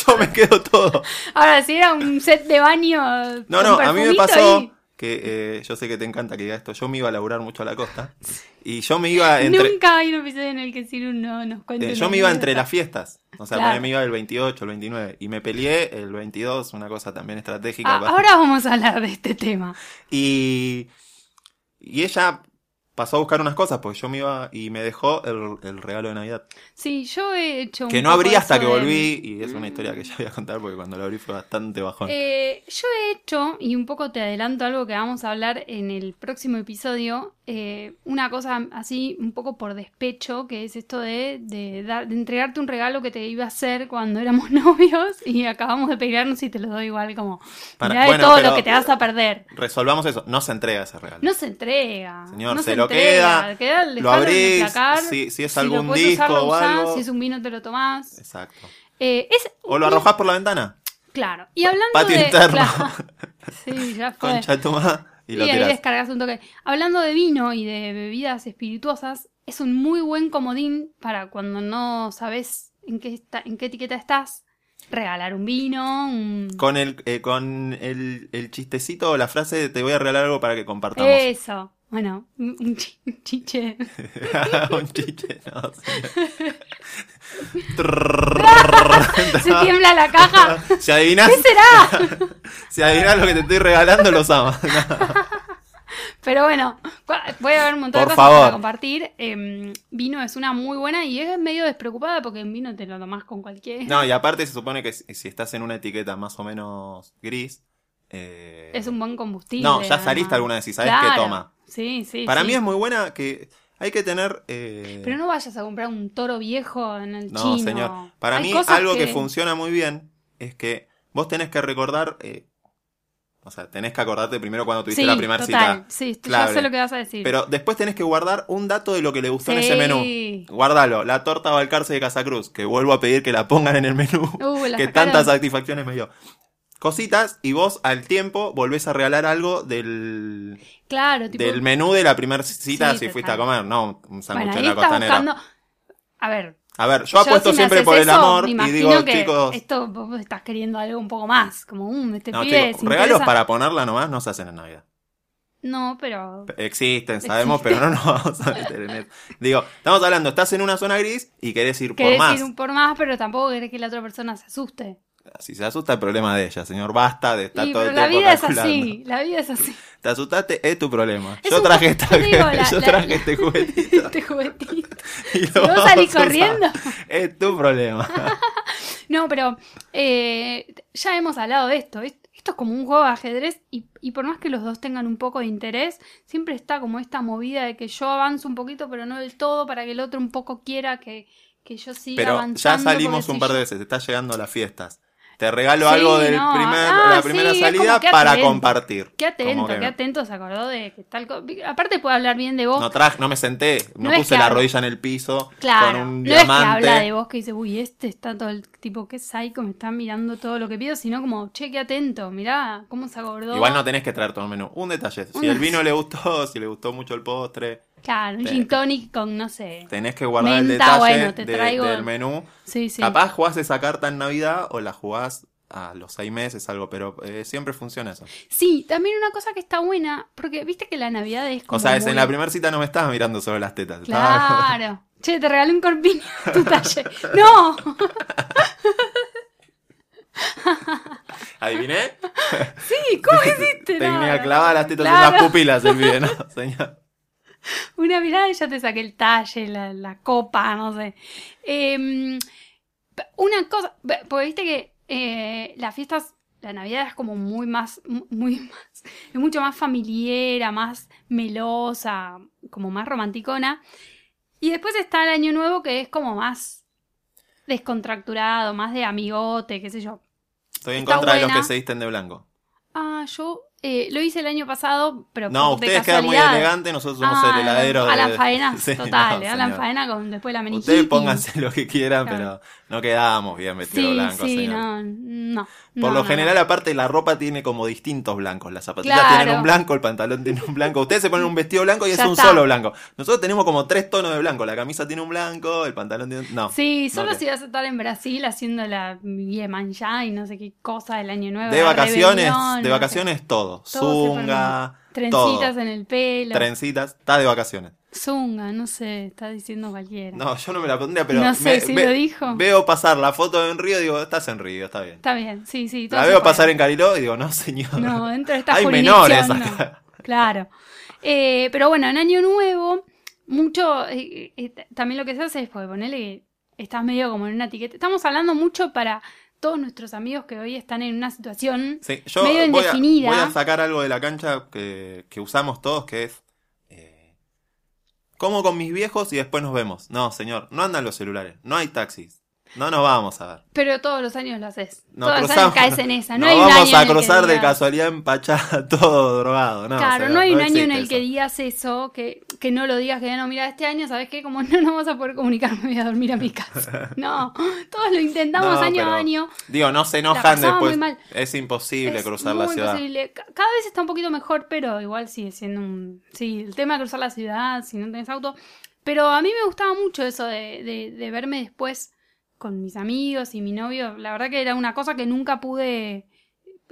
Speaker 1: Yo me quedo todo.
Speaker 2: Ahora, si era un set de baño.
Speaker 1: No, no,
Speaker 2: con
Speaker 1: a mí me
Speaker 2: perfumito
Speaker 1: pasó
Speaker 2: y
Speaker 1: que eh, yo sé que te encanta que diga esto. Yo me iba a laburar mucho a la costa. Y yo me iba entre.
Speaker 2: Nunca hay un episodio en el que Ciru no nos cuente.
Speaker 1: Eh,
Speaker 2: una
Speaker 1: yo me iba
Speaker 2: anécdota.
Speaker 1: entre las fiestas. O sea,
Speaker 2: Claro.
Speaker 1: ponele, me iba el 28, el 29. Y me peleé el 22, una cosa también estratégica.
Speaker 2: Ah,
Speaker 1: para-
Speaker 2: ahora vamos a hablar de este tema.
Speaker 1: Y, y ella pasó a buscar unas cosas, porque yo me iba y me dejó el, el regalo de Navidad.
Speaker 2: Sí, yo he hecho un
Speaker 1: Que no
Speaker 2: poco
Speaker 1: abrí hasta
Speaker 2: eso
Speaker 1: que
Speaker 2: de- Mm.
Speaker 1: volví. Y es una historia que ya voy a contar, porque cuando lo abrí fue bastante bajón.
Speaker 2: Eh, yo he hecho, y un poco te adelanto algo que vamos a hablar en el próximo episodio, eh, una cosa así un poco por despecho, que es esto de, de dar- de entregarte un regalo que te iba a hacer cuando éramos novios y acabamos de pelearnos y te lo doy igual como
Speaker 1: Para-
Speaker 2: mirá de
Speaker 1: bueno,
Speaker 2: todo
Speaker 1: pero-
Speaker 2: lo que te vas a perder.
Speaker 1: Resolvamos eso. No se entrega ese regalo.
Speaker 2: No se entrega.
Speaker 1: Señor,
Speaker 2: no
Speaker 1: se lo
Speaker 2: entrega,
Speaker 1: queda,
Speaker 2: queda
Speaker 1: lo
Speaker 2: dejalo en el
Speaker 1: abrís,
Speaker 2: placar,
Speaker 1: si, si es
Speaker 2: si lo
Speaker 1: algún
Speaker 2: podés
Speaker 1: disco
Speaker 2: usar, lo
Speaker 1: o
Speaker 2: usás,
Speaker 1: algo.
Speaker 2: si es un vino te lo tomás.
Speaker 1: Exacto.
Speaker 2: Eh, es
Speaker 1: O lo arrojás por la ventana.
Speaker 2: Claro. Y hablando
Speaker 1: patio
Speaker 2: de.
Speaker 1: interno.
Speaker 2: claro. Sí, ya fue.
Speaker 1: Concha de tu madre, y
Speaker 2: Y,
Speaker 1: lo
Speaker 2: ahí
Speaker 1: tirás.
Speaker 2: descargas un toque. Hablando de vino y de bebidas espirituosas, es un muy buen comodín para cuando no sabes en qué, esta- en qué etiqueta estás. Regalar un vino, un...
Speaker 1: Con el, eh, con el, el chistecito o la frase de te voy a regalar algo para que compartamos.
Speaker 2: Eso. Bueno, un un chi- un chiche.
Speaker 1: un chiche, no, señor.
Speaker 2: Se tiembla la caja.
Speaker 1: Si adivinas,
Speaker 2: ¿Qué será?
Speaker 1: si adivinas lo que te estoy regalando, los amas.
Speaker 2: Pero bueno, cua- puede haber un montón
Speaker 1: Por
Speaker 2: de cosas
Speaker 1: favor.
Speaker 2: para compartir. Em, vino es una muy buena y es medio despreocupada porque en vino te lo tomás con cualquier.
Speaker 1: No, y aparte se supone que si si estás en una etiqueta más o menos gris, eh,
Speaker 2: Es un buen combustible.
Speaker 1: No, ya
Speaker 2: además.
Speaker 1: saliste alguna vez y sabes qué
Speaker 2: Claro.
Speaker 1: toma.
Speaker 2: Sí, sí.
Speaker 1: Para
Speaker 2: sí.
Speaker 1: mí es muy buena que hay que tener. eh,
Speaker 2: Pero no vayas a comprar un toro viejo en el
Speaker 1: no,
Speaker 2: chino.
Speaker 1: señor. Para
Speaker 2: Hay
Speaker 1: mí,
Speaker 2: cosas
Speaker 1: algo que... funciona muy bien es que vos tenés que recordar. eh, o sea, tenés que acordarte primero cuando tuviste
Speaker 2: Sí,
Speaker 1: la primera
Speaker 2: total.
Speaker 1: cita.
Speaker 2: Sí, tú
Speaker 1: Clave.
Speaker 2: ya sé lo que vas a decir.
Speaker 1: Pero después tenés que guardar un dato de lo que le gustó en
Speaker 2: Sí.
Speaker 1: ese menú. Guárdalo. La torta Balcarce de Casacruz, que vuelvo a pedir que la pongan en el menú.
Speaker 2: Uh, la
Speaker 1: que
Speaker 2: sacaron.
Speaker 1: tantas satisfacciones me dio. Cositas, y vos al tiempo volvés a regalar algo del,
Speaker 2: Claro, tipo.
Speaker 1: del menú de la primera cita
Speaker 2: Sí,
Speaker 1: si
Speaker 2: total.
Speaker 1: fuiste a comer, no un
Speaker 2: bueno,
Speaker 1: sándwich
Speaker 2: ahí
Speaker 1: en la
Speaker 2: estás
Speaker 1: costanera.
Speaker 2: buscando. A ver,
Speaker 1: A ver, yo apuesto
Speaker 2: si me
Speaker 1: siempre
Speaker 2: haces
Speaker 1: por el
Speaker 2: eso,
Speaker 1: amor
Speaker 2: me
Speaker 1: y
Speaker 2: imagino
Speaker 1: digo,
Speaker 2: que
Speaker 1: chicos,
Speaker 2: Esto vos estás queriendo algo un poco más. Como, un este
Speaker 1: no,
Speaker 2: pibe
Speaker 1: chicos,
Speaker 2: se
Speaker 1: regalos
Speaker 2: interesa.
Speaker 1: para ponerla nomás no se hacen en Navidad.
Speaker 2: No, pero.
Speaker 1: Existen, sabemos, pero no nos vamos a meter en eso. Digo, estamos hablando, estás en una zona gris y querés ir por
Speaker 2: Querés
Speaker 1: más.
Speaker 2: ir un por más, pero tampoco querés que la otra persona se asuste.
Speaker 1: Si se asusta, el problema de ella, señor. Basta de estar
Speaker 2: Y,
Speaker 1: todo
Speaker 2: pero
Speaker 1: el
Speaker 2: la
Speaker 1: tiempo
Speaker 2: vida es
Speaker 1: calculando.
Speaker 2: así, la vida es así.
Speaker 1: Te asustaste, es tu problema.
Speaker 2: Es
Speaker 1: yo
Speaker 2: un
Speaker 1: traje,
Speaker 2: ju-
Speaker 1: esta,
Speaker 2: yo te digo, la-
Speaker 1: yo
Speaker 2: la-
Speaker 1: traje este juguetito.
Speaker 2: Este juguetito.
Speaker 1: y lo
Speaker 2: Si vos
Speaker 1: vamos
Speaker 2: salís
Speaker 1: a usar.
Speaker 2: corriendo. Ah,
Speaker 1: Es tu problema.
Speaker 2: No, pero eh, ya hemos hablado de esto. Es- Esto es como un juego de ajedrez y, y por más que los dos tengan un poco de interés, siempre está como esta movida de que yo avanzo un poquito, pero no del todo, para que el otro un poco quiera que, que yo siga
Speaker 1: Pero ya
Speaker 2: avanzando.
Speaker 1: salimos
Speaker 2: porque
Speaker 1: un
Speaker 2: si
Speaker 1: par de
Speaker 2: yo-
Speaker 1: veces, está llegando a las fiestas. Te regalo
Speaker 2: Sí,
Speaker 1: algo del
Speaker 2: no,
Speaker 1: primer,
Speaker 2: ah,
Speaker 1: la primera
Speaker 2: sí, es como
Speaker 1: salida
Speaker 2: que
Speaker 1: para
Speaker 2: atento.
Speaker 1: compartir.
Speaker 2: Qué atento,
Speaker 1: Como que
Speaker 2: qué atento se acordó de que tal co- Aparte puede hablar bien de vos.
Speaker 1: No traje, no me senté, no,
Speaker 2: No es
Speaker 1: puse
Speaker 2: que
Speaker 1: la
Speaker 2: habla-
Speaker 1: rodilla en el piso
Speaker 2: claro,
Speaker 1: con un
Speaker 2: no es que
Speaker 1: diamante.
Speaker 2: habla de vos que dice, uy, este está todo el tipo, qué psycho, me está mirando todo lo que pido, sino como, che, qué atento, mirá cómo se acordó.
Speaker 1: Igual no tenés que traer todo el menú. Un detalle. Si
Speaker 2: Una-
Speaker 1: el vino le gustó, si le gustó mucho el postre,
Speaker 2: Claro, un
Speaker 1: Te-
Speaker 2: gin tonic con, no sé.
Speaker 1: tenés que guardar el
Speaker 2: Menta,
Speaker 1: detalle
Speaker 2: bueno, te
Speaker 1: de-
Speaker 2: traigo-
Speaker 1: del menú.
Speaker 2: Sí, sí.
Speaker 1: Capaz jugás esa carta en Navidad o la jugás a los seis meses, algo, pero eh, siempre funciona eso.
Speaker 2: Sí, también una cosa que está buena, porque viste que la Navidad es como.
Speaker 1: o sea, es
Speaker 2: muy-
Speaker 1: en la primera cita no me estabas mirando sobre las tetas. estabas-
Speaker 2: Claro. Che, te regalé un corpiño en tu talle. ¡No!
Speaker 1: ¿Adiviné?
Speaker 2: Sí, ¿cómo hiciste?
Speaker 1: Tenía
Speaker 2: No.
Speaker 1: clavidad las tetas en las
Speaker 2: Claro.
Speaker 1: pupilas el video, ¿no, señor?
Speaker 2: Una mirada y ya te saqué el talle, la, la copa, no sé. Em, pa- una cosa, ve- porque viste que eh, las fiestas, la Navidad es como muy más, mu- muy más, es mucho más familiera, más melosa, como más romanticona. Y después está el Año Nuevo que es como más descontracturado, más de amigote, qué sé yo.
Speaker 1: Estoy en
Speaker 2: Está
Speaker 1: contra de los
Speaker 2: buena.
Speaker 1: que se visten de blanco.
Speaker 2: Ah, yo eh, lo hice el año pasado, pero
Speaker 1: No,
Speaker 2: por- de
Speaker 1: ustedes quedan muy
Speaker 2: casualidad.
Speaker 1: elegantes, nosotros somos
Speaker 2: Ah,
Speaker 1: el heladero de...
Speaker 2: A las faenas,
Speaker 1: Sí,
Speaker 2: total, ¿eh?
Speaker 1: no,
Speaker 2: a las
Speaker 1: señor.
Speaker 2: faenas con después la meningitis.
Speaker 1: Ustedes pónganse lo que quieran,
Speaker 2: Claro.
Speaker 1: pero no quedábamos bien vestidos
Speaker 2: sí,
Speaker 1: blancos,
Speaker 2: sí,
Speaker 1: señor.
Speaker 2: no, no.
Speaker 1: Por
Speaker 2: no,
Speaker 1: lo
Speaker 2: no,
Speaker 1: general,
Speaker 2: no.
Speaker 1: aparte, la ropa tiene como distintos blancos. Las zapatillas
Speaker 2: Claro.
Speaker 1: tienen un blanco, el pantalón tiene un blanco. Ustedes se ponen un vestido blanco y
Speaker 2: Ya
Speaker 1: es un
Speaker 2: está.
Speaker 1: solo blanco. Nosotros tenemos como tres tonos de blanco. La camisa tiene un blanco, el pantalón tiene un... No.
Speaker 2: Sí, solo
Speaker 1: ok.
Speaker 2: si vas a estar en Brasil haciendo la Mancha y no sé qué cosa del año nuevo.
Speaker 1: De
Speaker 2: la
Speaker 1: vacaciones,
Speaker 2: rebelión,
Speaker 1: de
Speaker 2: no sé.
Speaker 1: vacaciones todo.
Speaker 2: Todo se
Speaker 1: Zunga, todo.
Speaker 2: Trencitas en el pelo.
Speaker 1: Trencitas, está de vacaciones.
Speaker 2: Zunga, no sé, está diciendo cualquiera.
Speaker 1: No, yo no me la pondría, pero.
Speaker 2: No sé si lo dijo.
Speaker 1: Veo pasar la foto en Río y digo, estás en Río, está bien.
Speaker 2: Está bien, sí, sí. todo
Speaker 1: La
Speaker 2: se
Speaker 1: veo
Speaker 2: puede.
Speaker 1: pasar en Cariló y digo, no, señor.
Speaker 2: No, eh, dentro de esta
Speaker 1: Hay
Speaker 2: jurisdicción,
Speaker 1: menores
Speaker 2: no.
Speaker 1: acá.
Speaker 2: Claro. Eh, pero bueno, en Año Nuevo, mucho. eh, eh, eh, también lo que se hace es porque ponele que estás medio como en una etiqueta. Estamos hablando mucho para todos nuestros amigos que hoy están en una situación.
Speaker 1: Sí, yo
Speaker 2: Medio
Speaker 1: voy a,
Speaker 2: indefinida.
Speaker 1: voy a sacar algo de la cancha que, que usamos todos, que es. eh, como con mis viejos y después nos vemos. No, señor, no andan los celulares, no hay taxis. No nos vamos a ver.
Speaker 2: Pero todos los años lo haces.
Speaker 1: Nos
Speaker 2: todos los años
Speaker 1: cruzamos.
Speaker 2: caes en esa. No,
Speaker 1: nos
Speaker 2: hay un
Speaker 1: vamos
Speaker 2: año
Speaker 1: a
Speaker 2: en el que
Speaker 1: cruzar de
Speaker 2: digas-
Speaker 1: casualidad en Pachá, todo drogado. No,
Speaker 2: Claro,
Speaker 1: señor,
Speaker 2: no hay un año en
Speaker 1: existe
Speaker 2: el que
Speaker 1: eso.
Speaker 2: digas eso, que, que no lo digas, que no, mira, este año, ¿sabes qué? Como no nos vamos a poder comunicar, me voy a dormir a mi casa. No, todos lo intentamos
Speaker 1: No,
Speaker 2: año
Speaker 1: pero-
Speaker 2: a año.
Speaker 1: Digo, no se
Speaker 2: La
Speaker 1: enojan
Speaker 2: pasaba
Speaker 1: después.
Speaker 2: muy mal.
Speaker 1: Es imposible
Speaker 2: Es
Speaker 1: cruzar la
Speaker 2: muy
Speaker 1: ciudad.
Speaker 2: imposible. Ca- Cada vez está un poquito mejor, pero igual sigue siendo un. Sí, el tema de cruzar la ciudad, si no tenés auto. Pero a mí me gustaba mucho eso de, de- de verme después con mis amigos y mi novio. La verdad que era una cosa que nunca pude.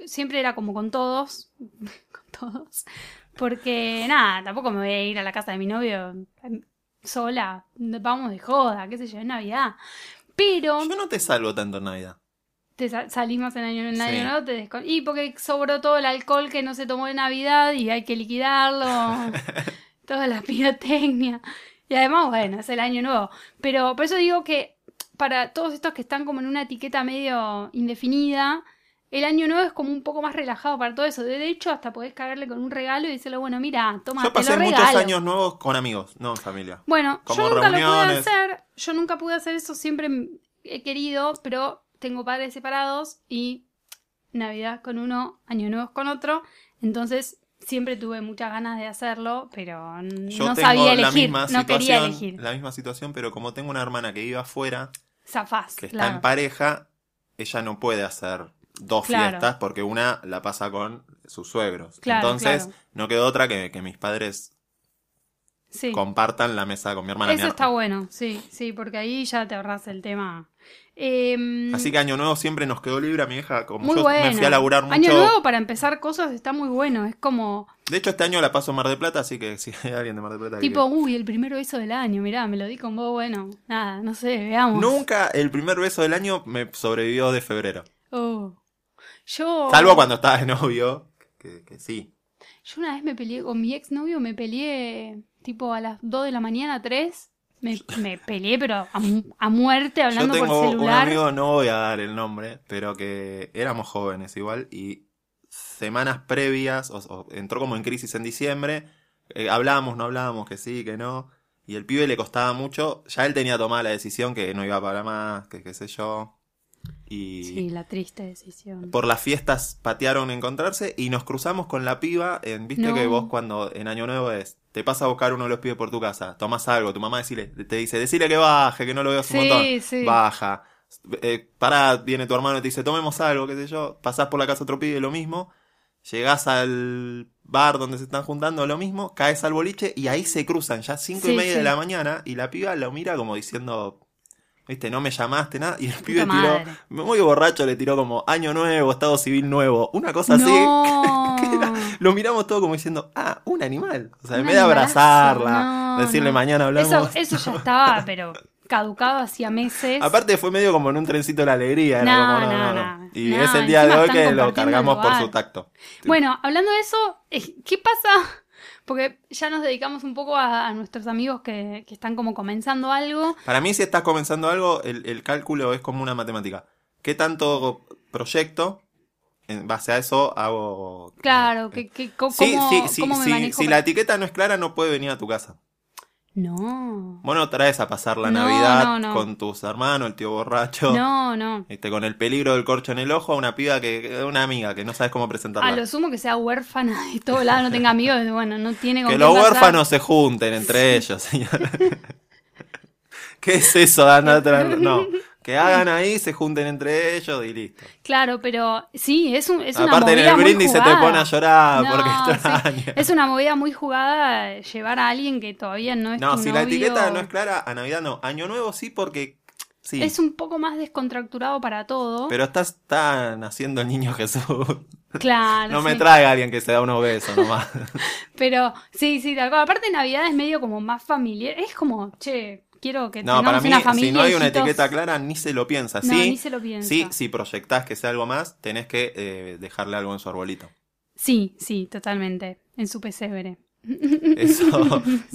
Speaker 2: Siempre era como con todos. con todos. Porque nada, tampoco me voy a em, ir a la casa de mi novio sola. Vamos de joda, qué sé yo, es Navidad. Pero
Speaker 1: Yo no te salvo tanto en Navidad.
Speaker 2: te sa- salís más en año en año
Speaker 1: Sí.
Speaker 2: nuevo, te descon- Y porque sobró todo el alcohol que no se tomó en Navidad y hay que liquidarlo. toda la pirotecnia. Y además, bueno, es el año nuevo. Pero por eso digo que para todos estos que están como en una etiqueta medio indefinida, el año nuevo es como un poco más relajado para todo eso. De hecho, hasta podés cagarle con un regalo y decirle, bueno, mira, toma,
Speaker 1: Yo
Speaker 2: te lo
Speaker 1: pasé muchos
Speaker 2: regalo.
Speaker 1: años nuevos con amigos, no en familia.
Speaker 2: Bueno,
Speaker 1: Como
Speaker 2: yo nunca lo pude
Speaker 1: reuniones.
Speaker 2: hacer. Yo nunca pude hacer eso. Siempre he querido, pero tengo padres separados y Navidad con uno, Año Nuevo con otro. Entonces siempre tuve muchas ganas de hacerlo, pero n-
Speaker 1: Yo
Speaker 2: no
Speaker 1: tengo
Speaker 2: sabía
Speaker 1: la
Speaker 2: elegir.
Speaker 1: misma
Speaker 2: No quería
Speaker 1: situación,
Speaker 2: elegir.
Speaker 1: la misma situación, pero como tengo una hermana que vive afuera,
Speaker 2: Zafás,
Speaker 1: que está
Speaker 2: claro.
Speaker 1: en pareja, ella no puede hacer dos
Speaker 2: Claro.
Speaker 1: fiestas porque una la pasa con sus suegros.
Speaker 2: Claro,
Speaker 1: Entonces,
Speaker 2: claro.
Speaker 1: no quedó otra que, que mis padres
Speaker 2: Sí.
Speaker 1: compartan la mesa con mi hermana. y mi
Speaker 2: Eso está
Speaker 1: hermana.
Speaker 2: bueno, sí, sí, porque ahí ya te ahorras el tema. Em,
Speaker 1: Así que Año Nuevo siempre nos quedó libre a mi hija. Como
Speaker 2: muy
Speaker 1: yo
Speaker 2: bueno.
Speaker 1: me fui a laburar mucho.
Speaker 2: Año Nuevo para empezar cosas está muy bueno. Es como.
Speaker 1: De hecho, este año la paso en Mar de Plata, así que si hay alguien de Mar de Plata. que-
Speaker 2: Tipo, uy, el primero beso del año, mirá, me lo di con vos, bueno, nada, no sé, veamos.
Speaker 1: Nunca el primer beso del año me sobrevivió de febrero.
Speaker 2: Oh. Yo,
Speaker 1: Salvo cuando estaba de novio. Que, que sí.
Speaker 2: yo una vez me peleé con mi exnovio, me peleé tipo a las 2 de la mañana, 3. Me, me peleé, pero a, mu- a muerte, hablando
Speaker 1: Yo tengo
Speaker 2: por celular.
Speaker 1: un amigo, no voy a dar el nombre, pero que éramos jóvenes igual y semanas previas, o, o entró como en crisis en diciembre, eh, hablábamos, no hablábamos, que sí, que no, y el pibe le costaba mucho, ya él tenía tomada la decisión que no iba para más, que qué sé yo, y
Speaker 2: Sí, la triste decisión.
Speaker 1: por las fiestas patearon a encontrarse y nos cruzamos con la piba en viste
Speaker 2: No.
Speaker 1: que vos cuando en año nuevo es te pasa a buscar uno de los pibes por tu casa tomás algo tu mamá decile, te dice decile que baje que no lo veo hace un
Speaker 2: Sí,
Speaker 1: montón
Speaker 2: sí.
Speaker 1: baja eh, pará viene tu hermano y te dice tomemos algo qué sé yo pasás por la casa de otro pibe lo mismo llegás al bar donde se están juntando lo mismo caes al boliche y ahí se cruzan ya cinco
Speaker 2: Sí,
Speaker 1: y media
Speaker 2: sí.
Speaker 1: de la mañana y la piba lo mira como diciendo viste no me llamaste nada y el
Speaker 2: Puta
Speaker 1: pibe tiró
Speaker 2: madre.
Speaker 1: muy borracho le tiró como año nuevo, estado civil nuevo, una cosa así.
Speaker 2: no.
Speaker 1: que era- Lo miramos todo como diciendo, ah, un animal. O sea, en
Speaker 2: Un
Speaker 1: vez de
Speaker 2: animalazo,
Speaker 1: abrazarla,
Speaker 2: no,
Speaker 1: decirle
Speaker 2: no.
Speaker 1: mañana hablamos.
Speaker 2: Eso, eso ya estaba, pero caducado hacía meses.
Speaker 1: Aparte fue medio como en un trencito de la alegría. era
Speaker 2: No,
Speaker 1: como, no,
Speaker 2: no,
Speaker 1: no,
Speaker 2: no.
Speaker 1: Y
Speaker 2: No,
Speaker 1: es el día de
Speaker 2: encima
Speaker 1: hoy que lo
Speaker 2: están compartiendo
Speaker 1: cargamos por
Speaker 2: lugar.
Speaker 1: su tacto.
Speaker 2: Bueno, hablando de eso, eh, ¿qué pasa? Porque ya nos dedicamos un poco a, a nuestros amigos que, que están como comenzando algo.
Speaker 1: Para mí, si estás comenzando algo, el, el cálculo es como una matemática. ¿Qué tanto proyecto? En base a eso hago... eh,
Speaker 2: Claro, que, que- co-
Speaker 1: Sí,
Speaker 2: cómo,
Speaker 1: sí, sí,
Speaker 2: cómo me
Speaker 1: sí,
Speaker 2: manejo.
Speaker 1: si
Speaker 2: para-
Speaker 1: la etiqueta no es clara, no puede venir a tu casa.
Speaker 2: No,
Speaker 1: Bueno, traes a pasar la
Speaker 2: No,
Speaker 1: Navidad
Speaker 2: no, no.
Speaker 1: con tus hermanos, el tío borracho,
Speaker 2: no, no.
Speaker 1: este, con el peligro del corcho en el ojo, a una piba que, una amiga que no sabes cómo presentarla.
Speaker 2: A lo sumo que sea huérfana de todo lado, no tenga amigos, bueno, no tiene con
Speaker 1: que
Speaker 2: quién
Speaker 1: los
Speaker 2: pasar.
Speaker 1: huérfanos se junten entre ellos, señor. ¿Qué es eso? Dando otra- No, que hagan ahí, se junten entre ellos y listo.
Speaker 2: Claro, pero sí, es, un, es una
Speaker 1: Aparte en
Speaker 2: movida
Speaker 1: el
Speaker 2: muy
Speaker 1: brindis se te
Speaker 2: jugada.
Speaker 1: pone a llorar
Speaker 2: No,
Speaker 1: porque
Speaker 2: sí.
Speaker 1: extraña.
Speaker 2: Es una movida muy jugada eh, llevar a alguien que todavía no es
Speaker 1: No,
Speaker 2: tu
Speaker 1: si la
Speaker 2: novio.
Speaker 1: etiqueta no es clara, a Navidad no. Año Nuevo sí porque... Sí,
Speaker 2: Es un poco más descontracturado para todo.
Speaker 1: pero estás tan haciendo el niño Jesús.
Speaker 2: Claro.
Speaker 1: No me
Speaker 2: Ah, sí.
Speaker 1: traiga alguien que se da unos besos nomás.
Speaker 2: Pero sí, sí, tal cual. Aparte, Navidad es medio como más familiar. Es como, che, quiero que
Speaker 1: No,
Speaker 2: tengamos
Speaker 1: para mí,
Speaker 2: una familia.
Speaker 1: si no hay una
Speaker 2: hijitos.
Speaker 1: etiqueta clara, ni se lo piensa.
Speaker 2: No,
Speaker 1: sí,
Speaker 2: ni se lo piensa.
Speaker 1: sí, si proyectás que sea algo más, tenés que eh, dejarle algo en su arbolito.
Speaker 2: Sí, sí, totalmente. En su pesebre.
Speaker 1: Eso.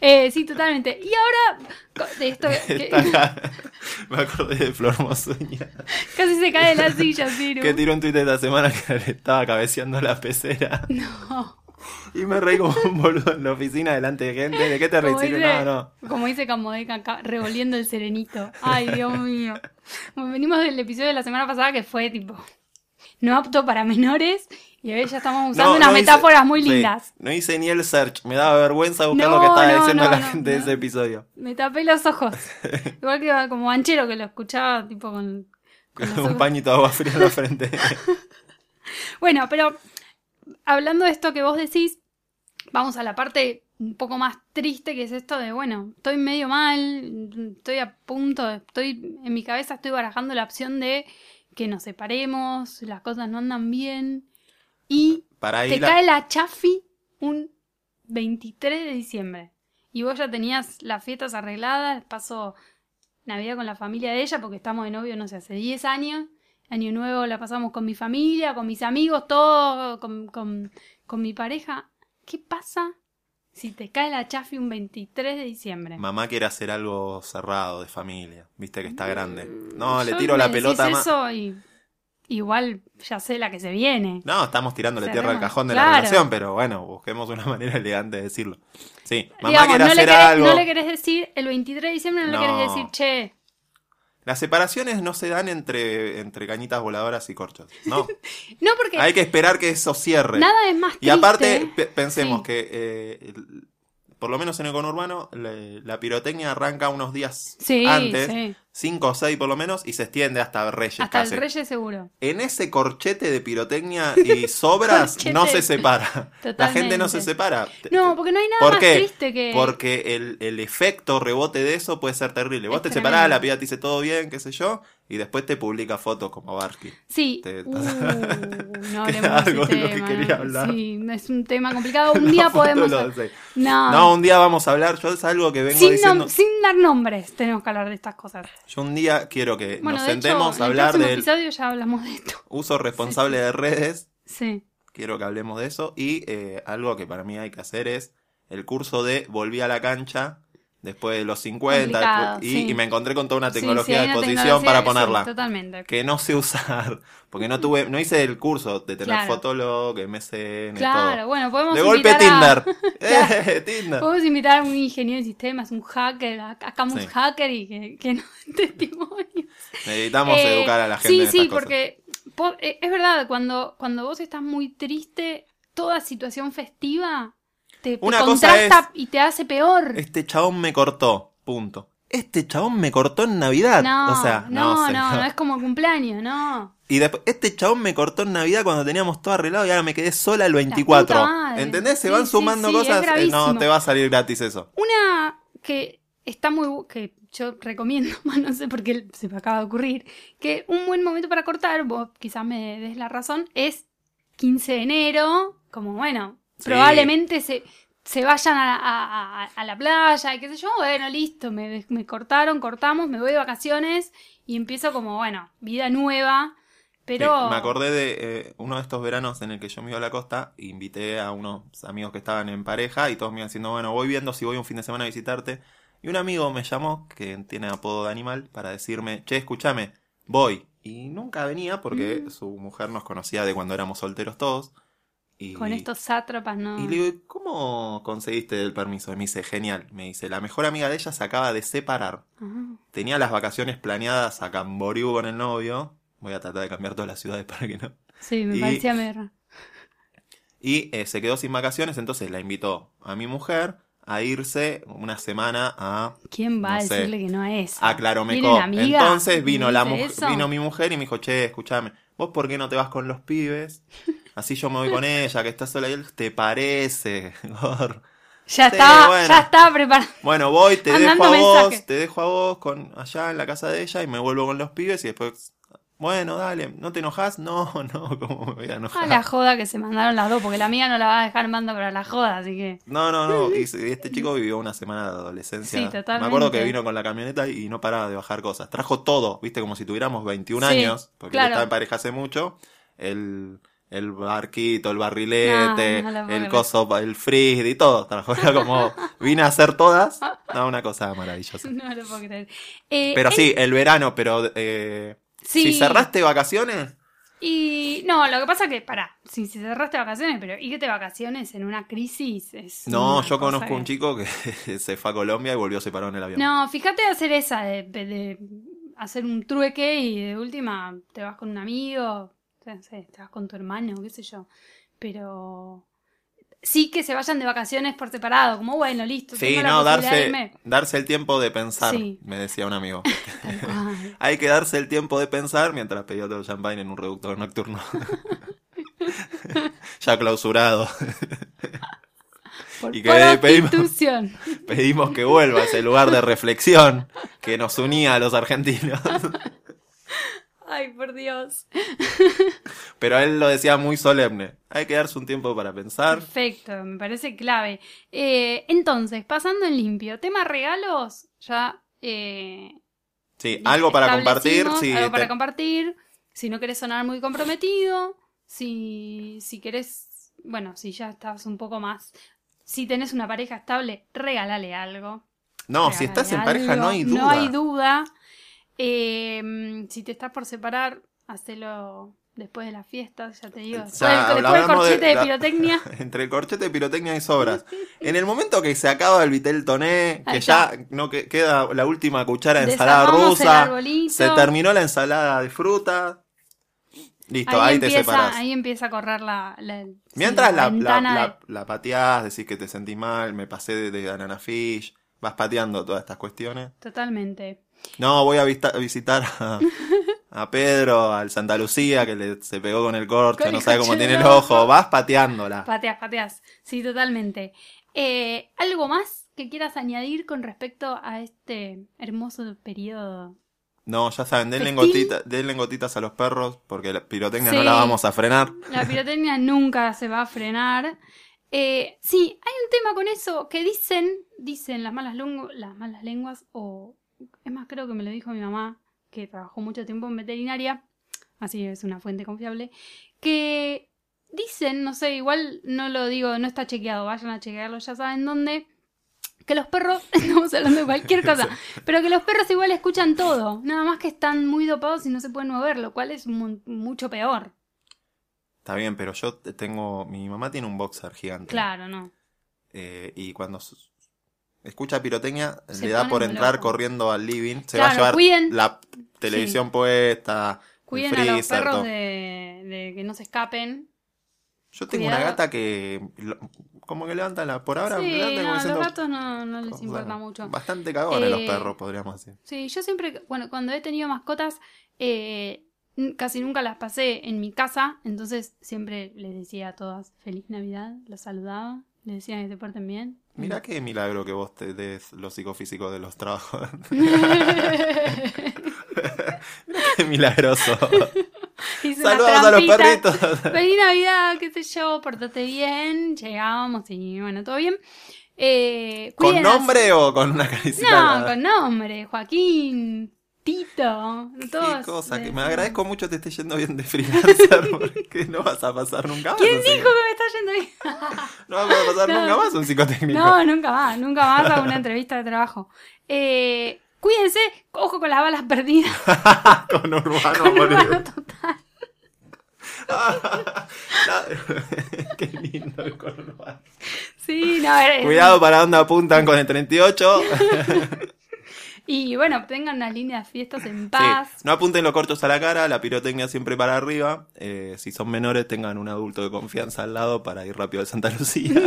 Speaker 2: Eh, sí, totalmente. Y ahora, co- de esto, que-
Speaker 1: Está- Me acordé de Flor Mozuña.
Speaker 2: casi se cae de la silla, Ciru.
Speaker 1: Que tiró un tuit esta semana que le estaba cabeceando la pecera.
Speaker 2: No.
Speaker 1: Y me reí como un boludo en la oficina delante de gente. ¿De qué te reís?
Speaker 2: Como
Speaker 1: Ciru?
Speaker 2: dice,
Speaker 1: No, no.
Speaker 2: como dice Camodeca acá, revolviendo el serenito. Ay, Dios mío. Bueno, Venimos del episodio de la semana pasada que fue tipo no apto para menores y hoy ya estamos usando
Speaker 1: No,
Speaker 2: unas
Speaker 1: no hice-
Speaker 2: metáforas muy
Speaker 1: sí,
Speaker 2: lindas.
Speaker 1: no hice ni el search. Me daba vergüenza buscar
Speaker 2: No,
Speaker 1: lo que estaba
Speaker 2: no,
Speaker 1: diciendo
Speaker 2: no,
Speaker 1: la
Speaker 2: no,
Speaker 1: gente de
Speaker 2: no.
Speaker 1: ese episodio.
Speaker 2: Me tapé los ojos. Igual que como banchero que lo escuchaba tipo con... con los
Speaker 1: un
Speaker 2: ojos.
Speaker 1: pañito de agua fría en la frente.
Speaker 2: Bueno, pero hablando de esto que vos decís, vamos a la parte un poco más triste que es esto de, bueno, estoy medio mal, estoy a punto, de- estoy en mi cabeza estoy barajando la opción de que nos separemos, las cosas no andan bien y
Speaker 1: Para
Speaker 2: te
Speaker 1: ir a-
Speaker 2: cae la chafi un 23 de diciembre. y vos ya tenías las fiestas arregladas, paso Navidad con la familia de ella, porque estamos de novio, no sé, hace 10 años. Año Nuevo la pasamos con mi familia, con mis amigos, todo, con, con, con mi pareja. ¿Qué pasa si te cae la chafi un 23 de diciembre?
Speaker 1: Mamá quiere hacer algo cerrado de familia. Viste que está grande.
Speaker 2: Mm,
Speaker 1: No, le
Speaker 2: yo
Speaker 1: tiro
Speaker 2: me
Speaker 1: la
Speaker 2: decís
Speaker 1: pelota. ma-
Speaker 2: eso y igual ya sé la que se viene.
Speaker 1: No, estamos tirándole
Speaker 2: Cerremos.
Speaker 1: tierra al cajón de la
Speaker 2: Claro.
Speaker 1: relación, pero bueno, busquemos una manera elegante de decirlo. Sí, mamá
Speaker 2: Digamos,
Speaker 1: quiere
Speaker 2: no,
Speaker 1: hacer
Speaker 2: le querés,
Speaker 1: algo.
Speaker 2: no le querés decir, el 23 de diciembre no,
Speaker 1: No.
Speaker 2: le querés decir, che,
Speaker 1: Las separaciones no se dan entre, entre cañitas voladoras y corchos. No,
Speaker 2: no porque
Speaker 1: hay que esperar que eso cierre.
Speaker 2: nada es más triste.
Speaker 1: y aparte, pe- pensemos
Speaker 2: Sí.
Speaker 1: que, eh, el- por lo menos en el conurbano, le- la pirotecnia arranca unos días
Speaker 2: Sí,
Speaker 1: antes,
Speaker 2: sí.
Speaker 1: cinco o seis por lo menos, y se extiende hasta Reyes
Speaker 2: hasta
Speaker 1: casi.
Speaker 2: el Reyes seguro.
Speaker 1: En ese corchete de pirotecnia y sobras
Speaker 2: Corchete.
Speaker 1: no se separa. La gente no
Speaker 2: Totalmente.
Speaker 1: se separa. Te-
Speaker 2: No, porque no hay nada
Speaker 1: ¿Por
Speaker 2: más
Speaker 1: qué?
Speaker 2: triste que...
Speaker 1: Porque el, el efecto rebote de eso puede ser terrible. Vos
Speaker 2: Es
Speaker 1: te
Speaker 2: tremendo.
Speaker 1: separás, la piba te dice todo bien, qué sé yo, y después te publica fotos como Barsky.
Speaker 2: Sí.
Speaker 1: Te-
Speaker 2: Uh, no hablemos de
Speaker 1: algo
Speaker 2: ese
Speaker 1: de lo que
Speaker 2: tema,
Speaker 1: quería
Speaker 2: no.
Speaker 1: hablar.
Speaker 2: Sí, es un tema complicado. Un día podemos... Ah. No,
Speaker 1: No, un día vamos a hablar. Yo es algo que vengo
Speaker 2: sin, nom-
Speaker 1: diciendo.
Speaker 2: sin dar nombres tenemos que hablar de estas cosas.
Speaker 1: Yo un día quiero que
Speaker 2: Bueno,
Speaker 1: nos
Speaker 2: de
Speaker 1: sentemos
Speaker 2: hecho,
Speaker 1: a hablar
Speaker 2: en el
Speaker 1: del
Speaker 2: próximo episodio ya hablamos de esto.
Speaker 1: uso responsable de redes.
Speaker 2: Sí.
Speaker 1: Quiero que hablemos de eso. Y eh, algo que para mí hay que hacer es el curso de Volví a la cancha después de los 50.
Speaker 2: Complicado,
Speaker 1: Y,
Speaker 2: sí.
Speaker 1: y me encontré con toda una
Speaker 2: Sí,
Speaker 1: tecnología
Speaker 2: sí, hay
Speaker 1: de
Speaker 2: una
Speaker 1: exposición
Speaker 2: tecnología
Speaker 1: para
Speaker 2: que sí,
Speaker 1: ponerla.
Speaker 2: totalmente.
Speaker 1: que no sé usar, porque no tuve, no hice el curso de tener
Speaker 2: Claro.
Speaker 1: fotólogo, que MSN,
Speaker 2: Claro, bueno, podemos
Speaker 1: todo. De golpe
Speaker 2: invitar a-
Speaker 1: Tinder. Eh, Tinder.
Speaker 2: Podemos invitar a un ingeniero de sistemas, un hacker, a- hagamos
Speaker 1: Sí.
Speaker 2: un hacker y que, que nos dé testimonio.
Speaker 1: Necesitamos
Speaker 2: Eh,
Speaker 1: educar a la gente.
Speaker 2: Sí,
Speaker 1: en estas
Speaker 2: sí,
Speaker 1: cosas.
Speaker 2: porque po- eh, es verdad, cuando, cuando vos estás muy triste, toda situación festiva te, te
Speaker 1: Una cosa
Speaker 2: contrasta y te hace peor.
Speaker 1: Este chabón me cortó, punto. Este chabón me cortó en Navidad.
Speaker 2: no,
Speaker 1: o sea,
Speaker 2: no, no,
Speaker 1: señor.
Speaker 2: no, es como el cumpleaños, no.
Speaker 1: Y después, este chabón me cortó en Navidad cuando teníamos todo arreglado y ahora me quedé sola el 24.
Speaker 2: puta madre.
Speaker 1: ¿Entendés? Se
Speaker 2: Sí,
Speaker 1: van
Speaker 2: sí,
Speaker 1: sumando
Speaker 2: sí, es
Speaker 1: cosas. eh, no
Speaker 2: gravísimo.
Speaker 1: te va a salir gratis eso.
Speaker 2: Una que está muy bu- que yo recomiendo, más no sé por qué se me acaba de ocurrir, que un buen momento para cortar, vos quizás me des la razón, es 15 de enero, como bueno,
Speaker 1: Sí.
Speaker 2: probablemente se, se vayan a, a- a- a la playa y qué sé yo, bueno, listo, me, me cortaron, cortamos, me voy de vacaciones y empiezo como, bueno, vida nueva, pero...
Speaker 1: Sí, me acordé de eh, uno de estos veranos en el que yo me iba a la costa, invité a unos amigos que estaban en pareja y todos me iban diciendo, bueno, voy viendo si voy un fin de semana a visitarte. Y un amigo me llamó, que tiene apodo de animal, para decirme, che, escúchame, voy. Y nunca venía porque
Speaker 2: Mm.
Speaker 1: su mujer nos conocía de cuando éramos solteros todos. Y,
Speaker 2: Con estos sátrapas, ¿no?
Speaker 1: Y le digo, ¿cómo conseguiste el permiso? Y me dice, genial. Me dice, la mejor amiga de ella se acaba de separar
Speaker 2: Ah.
Speaker 1: tenía las vacaciones planeadas a Camboriú con el novio. Voy a tratar de cambiar todas las ciudades para que no.
Speaker 2: Sí, me
Speaker 1: Y-
Speaker 2: parecía medio raro.
Speaker 1: Y eh, se quedó sin vacaciones, entonces la invitó a mi mujer a irse una semana a,
Speaker 2: ¿Quién va
Speaker 1: No
Speaker 2: a
Speaker 1: sé.
Speaker 2: decirle que no es?
Speaker 1: a Claromecó.
Speaker 2: ¿Tienen amiga?
Speaker 1: Entonces vino, la
Speaker 2: ¿Dice
Speaker 1: mu-
Speaker 2: eso?
Speaker 1: vino mi mujer y me dijo, che, escúchame, vos por qué no te vas con los pibes? Así yo me voy con ella, que está sola y él, ¿te parece? Gor?".
Speaker 2: Ya
Speaker 1: Sí,
Speaker 2: estaba,
Speaker 1: bueno.
Speaker 2: ya estaba preparado.
Speaker 1: Bueno, voy, te dejo
Speaker 2: Mandando
Speaker 1: a vos,
Speaker 2: mensaje.
Speaker 1: te dejo a vos con allá en la casa de ella y me vuelvo con los pibes y después, bueno, dale, ¿no te enojas? No, no, ¿cómo me voy a enojar?
Speaker 2: A la joda que se mandaron las dos, porque la mía no la va a dejar mando para la joda, así que.
Speaker 1: No, no, no, y se- este chico vivió una semana de adolescencia.
Speaker 2: Sí, totalmente.
Speaker 1: Me acuerdo que vino con la camioneta y no paraba de bajar cosas. Trajo todo, viste, como si tuviéramos 21
Speaker 2: Sí,
Speaker 1: años, porque él
Speaker 2: claro.
Speaker 1: estaba en pareja hace mucho. El, el barquito, el barrilete,
Speaker 2: No, no la puedo
Speaker 1: el
Speaker 2: creer.
Speaker 1: coso, pa- el frisbee y todo. Trajo, era como, vine a hacer todas. No, una cosa maravillosa.
Speaker 2: No lo puedo creer. Eh,
Speaker 1: Pero
Speaker 2: eh,
Speaker 1: sí, el verano, pero eh, si cerraste vacaciones,
Speaker 2: Y no, lo que pasa que, pará, si, si cerraste vacaciones, pero ¿y qué te vacaciones en una crisis? Es
Speaker 1: no,
Speaker 2: una
Speaker 1: yo
Speaker 2: cosa
Speaker 1: conozco
Speaker 2: que-
Speaker 1: un chico que se fue a Colombia y volvió separado en el avión.
Speaker 2: No, fíjate hacer esa, de, de- de hacer un trueque y de última te vas con un amigo, no sé, te vas con tu hermano, qué sé yo. Pero sí que se vayan de vacaciones por separado, como bueno, listo.
Speaker 1: Sí,
Speaker 2: tengo la
Speaker 1: no,
Speaker 2: posibilidad de
Speaker 1: darse,
Speaker 2: irme.
Speaker 1: darse el tiempo de pensar,
Speaker 2: Sí.
Speaker 1: me decía un amigo.
Speaker 2: Tal cual.
Speaker 1: Hay que darse el tiempo de pensar mientras pedía otro champagne en un reductor nocturno. ya clausurado.
Speaker 2: Por
Speaker 1: Y que le pedimos-
Speaker 2: prostitución.
Speaker 1: Pedimos que vuelva a ese lugar de reflexión que nos unía a los argentinos.
Speaker 2: Ay, Ay, por Dios.
Speaker 1: Pero él lo decía muy solemne. Hay que darse un tiempo para pensar.
Speaker 2: Perfecto, me parece clave. Eh, entonces, pasando en limpio, tema regalos, ya... eh,
Speaker 1: Sí, algo para compartir.
Speaker 2: establecimos,
Speaker 1: sí, este-
Speaker 2: algo para
Speaker 1: te-
Speaker 2: compartir. Si no querés sonar muy comprometido, si, si querés, bueno, si ya estás un poco más, si tenés una pareja estable, regálale algo.
Speaker 1: No,
Speaker 2: Regálale
Speaker 1: si estás en pareja no hay
Speaker 2: algo,
Speaker 1: duda.
Speaker 2: No hay duda. Eh, si te estás por separar, hacelo después de las fiestas, ya te digo.
Speaker 1: O
Speaker 2: Después,
Speaker 1: sea,
Speaker 2: del- después del
Speaker 1: hablábamos de-
Speaker 2: corchete de,
Speaker 1: la-
Speaker 2: pirotecnia.
Speaker 1: Entre corchete, pirotecnia y sobras. En el momento que se acaba el vitel toné,
Speaker 2: Ahí
Speaker 1: que
Speaker 2: está.
Speaker 1: ya no que- queda la última cuchara de ensalada
Speaker 2: desarmamos el
Speaker 1: rusa,
Speaker 2: arbolito.
Speaker 1: se terminó la ensalada de fruta. Listo, ahí, te
Speaker 2: empieza,
Speaker 1: separás.
Speaker 2: ahí empieza a correr la, la- sí,
Speaker 1: Mientras la, la,
Speaker 2: ventana de-
Speaker 1: la- la pateás, decís que te sentís mal, me pasé de, de banana fish, vas pateando todas estas cuestiones.
Speaker 2: Totalmente.
Speaker 1: No, voy a vista- visitar a, a Pedro, al Santa Lucía, que le- se pegó con el corcho,
Speaker 2: Con el
Speaker 1: no sabe cómo
Speaker 2: corcho en
Speaker 1: tiene
Speaker 2: el
Speaker 1: el ojo.
Speaker 2: ojo.
Speaker 1: Vas pateándola.
Speaker 2: Pateas, pateas. Sí, totalmente. Eh, ¿Algo más que quieras añadir con respecto a este hermoso periodo?
Speaker 1: No, ya saben, denle,
Speaker 2: Festín.
Speaker 1: gotita- denle gotitas a los perros, porque la pirotecnia no
Speaker 2: Sí.
Speaker 1: la vamos a frenar.
Speaker 2: La pirotecnia nunca se va a frenar. Eh, sí, hay un tema con eso que dicen, dicen las malas, lungu- las malas lenguas, o es más, creo que me lo dijo mi mamá, que trabajó mucho tiempo en veterinaria, así es una fuente confiable, que dicen, no sé, igual no lo digo, no está chequeado, vayan a chequearlo, ya saben dónde, que los perros, estamos hablando de cualquier cosa, pero que los perros igual escuchan todo, nada más que están muy dopados y no se pueden mover, lo cual es mu- mucho peor.
Speaker 1: Está bien, pero yo te- tengo. Mi mamá tiene un boxer gigante.
Speaker 2: Claro, no.
Speaker 1: Eh, y cuando s- escucha pirotecnia,
Speaker 2: Se
Speaker 1: le da
Speaker 2: pone
Speaker 1: por
Speaker 2: muy
Speaker 1: entrar
Speaker 2: loco.
Speaker 1: corriendo al living. Se va a
Speaker 2: Claro,
Speaker 1: llevar
Speaker 2: cuiden.
Speaker 1: la televisión puesta, el
Speaker 2: Cuiden a los
Speaker 1: freezer,
Speaker 2: perros
Speaker 1: todo.
Speaker 2: de, de que no se escapen.
Speaker 1: Yo tengo una
Speaker 2: Cuidado.
Speaker 1: gata que. lo- como que levanta la. Por ahora,
Speaker 2: sí,
Speaker 1: levanta
Speaker 2: no,
Speaker 1: como
Speaker 2: a los
Speaker 1: diciendo,
Speaker 2: gatos no, no
Speaker 1: o
Speaker 2: les
Speaker 1: sea,
Speaker 2: importa mucho.
Speaker 1: Bastante cagones los
Speaker 2: Eh,
Speaker 1: perros, podríamos decir.
Speaker 2: Sí, yo siempre, bueno, cuando he tenido mascotas, eh, n- casi nunca las pasé en mi casa, entonces siempre les decía a todas feliz Navidad, los saludaba, les decía que se porten bien.
Speaker 1: Mirá qué milagro que vos te des lo psicofísico de los trabajos. qué milagroso.
Speaker 2: Hice una
Speaker 1: Saludos a los
Speaker 2: trampita.
Speaker 1: perritos.
Speaker 2: Feliz Navidad, qué sé yo, portate bien, llegábamos y bueno, todo bien. Eh,
Speaker 1: ¿Con
Speaker 2: cuiden a-
Speaker 1: nombre o con una caricita? al
Speaker 2: No,
Speaker 1: lado?
Speaker 2: con nombre, Joaquín, Tito, todos.
Speaker 1: Qué cosa,
Speaker 2: de-
Speaker 1: que me agradezco mucho te esté yendo bien de freelancer porque no vas a pasar nunca más.
Speaker 2: ¿Quién
Speaker 1: un
Speaker 2: dijo que
Speaker 1: psico-
Speaker 2: me está yendo bien?
Speaker 1: No vas a pasar
Speaker 2: No.
Speaker 1: nunca más un psicotécnico.
Speaker 2: No, nunca más, nunca más hago una entrevista de trabajo. Eh, cuídense, ojo con las balas perdidas.
Speaker 1: con Urbano,
Speaker 2: Con
Speaker 1: boludo.
Speaker 2: Urbano total.
Speaker 1: Qué lindo el con Urbano.
Speaker 2: Sí, no, eres-
Speaker 1: Cuidado para dónde apuntan con el 38.
Speaker 2: Y bueno, tengan unas líneas fiestas en
Speaker 1: Sí,
Speaker 2: paz.
Speaker 1: No apunten los cortos a la cara, la pirotecnia siempre para arriba. Eh, si son menores, tengan un adulto de confianza al lado para ir rápido al Santa Lucía.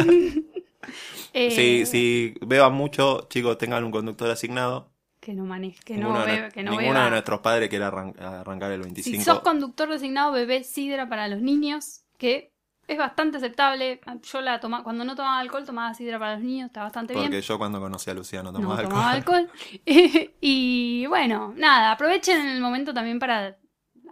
Speaker 2: eh,
Speaker 1: si, si beban mucho, chicos, tengan un conductor asignado.
Speaker 2: Que no maneje, que
Speaker 1: Ninguno
Speaker 2: no
Speaker 1: de
Speaker 2: beba,
Speaker 1: nue-
Speaker 2: que no
Speaker 1: ninguno de
Speaker 2: beba.
Speaker 1: nuestros padres quiere arran- arrancar el 25.
Speaker 2: Si sos conductor designado bebé sidra para los niños, que es bastante aceptable. Yo la tomaba, cuando no tomaba alcohol, tomaba sidra para los niños, está bastante
Speaker 1: porque
Speaker 2: bien.
Speaker 1: yo cuando conocí a Luciano
Speaker 2: No
Speaker 1: tomaba
Speaker 2: tomaba
Speaker 1: alcohol.
Speaker 2: alcohol. y bueno, nada, aprovechen el momento también para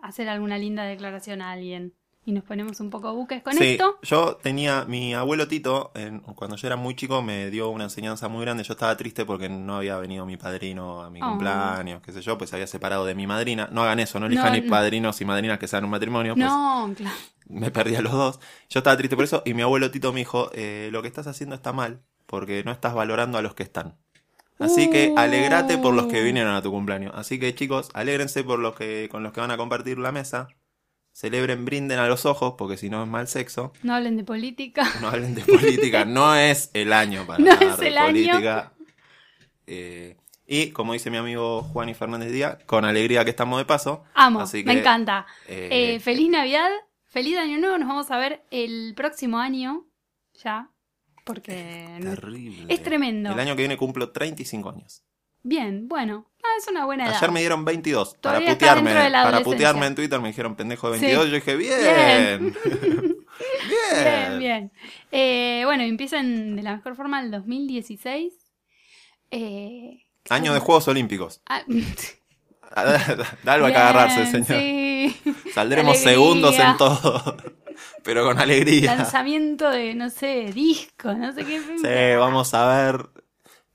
Speaker 2: hacer alguna linda declaración a alguien. Y nos ponemos un poco buques con
Speaker 1: Sí,
Speaker 2: esto.
Speaker 1: yo tenía, mi abuelo Tito, en- cuando yo era muy chico, me dio una enseñanza muy grande. Yo estaba triste porque no había venido mi padrino a mi
Speaker 2: Oh.
Speaker 1: cumpleaños, qué sé yo, pues se había separado de mi madrina. No hagan eso, no elijan
Speaker 2: No,
Speaker 1: ni
Speaker 2: no.
Speaker 1: padrinos y madrinas que sean un matrimonio, pues
Speaker 2: No, claro.
Speaker 1: me perdí a los dos. Yo estaba triste por eso y mi abuelo Tito me dijo, eh, lo que estás haciendo está mal porque no estás valorando a los que están. Así que
Speaker 2: Uh.
Speaker 1: alegrate por los que vinieron a tu cumpleaños. Así que chicos, alégrense por los que, con los que van a compartir la mesa. Celebren, brinden a los ojos, porque si no es mal sexo.
Speaker 2: No hablen de política.
Speaker 1: No hablen de política, no es el año para
Speaker 2: No
Speaker 1: hablar
Speaker 2: es
Speaker 1: de
Speaker 2: el año.
Speaker 1: política. Eh, y como dice mi amigo Juan y Fernández Díaz, con alegría que estamos de paso.
Speaker 2: Amo,
Speaker 1: Así
Speaker 2: me
Speaker 1: que,
Speaker 2: encanta.
Speaker 1: eh,
Speaker 2: Eh, feliz Navidad, feliz Año Nuevo. Nos vamos a ver el próximo año ya, porque no-
Speaker 1: terrible.
Speaker 2: es tremendo.
Speaker 1: El año que viene cumplo 35 años.
Speaker 2: Bien, bueno, Ah, es una buena edad.
Speaker 1: Ayer me dieron 22 para
Speaker 2: Todavía está
Speaker 1: putearme,
Speaker 2: dentro de la
Speaker 1: para
Speaker 2: adolescencia.
Speaker 1: putearme en Twitter me dijeron pendejo de
Speaker 2: Sí.
Speaker 1: 22, yo dije bien.
Speaker 2: Bien,
Speaker 1: bien.
Speaker 2: bien. Eh, bueno, empiecen de la mejor forma el 2016. Eh,
Speaker 1: Año de Juegos Olímpicos.
Speaker 2: ah,
Speaker 1: Dale a que agarrarse,
Speaker 2: bien,
Speaker 1: señor.
Speaker 2: Sí,
Speaker 1: Saldremos
Speaker 2: Alegría.
Speaker 1: segundos en todo. Pero con alegría.
Speaker 2: Lanzamiento de, no sé, disco, no sé qué.
Speaker 1: Sí, vamos a ver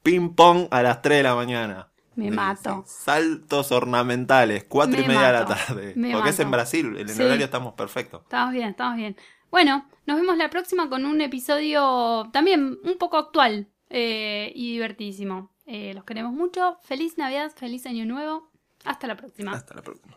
Speaker 1: ping pong a las 3 de la mañana. Sí,
Speaker 2: Me mato.
Speaker 1: sí. Saltos ornamentales, 4 y
Speaker 2: Me
Speaker 1: media de la
Speaker 2: mato.
Speaker 1: tarde.
Speaker 2: Me
Speaker 1: Porque es
Speaker 2: mato.
Speaker 1: en Brasil, en el
Speaker 2: Sí.
Speaker 1: horario estamos perfectos.
Speaker 2: Estamos bien, estamos bien. Bueno, nos vemos la próxima con un episodio también un poco actual eh, y divertísimo. Eh, los queremos mucho. Feliz Navidad, feliz Año Nuevo. Hasta la próxima.
Speaker 1: Hasta la próxima.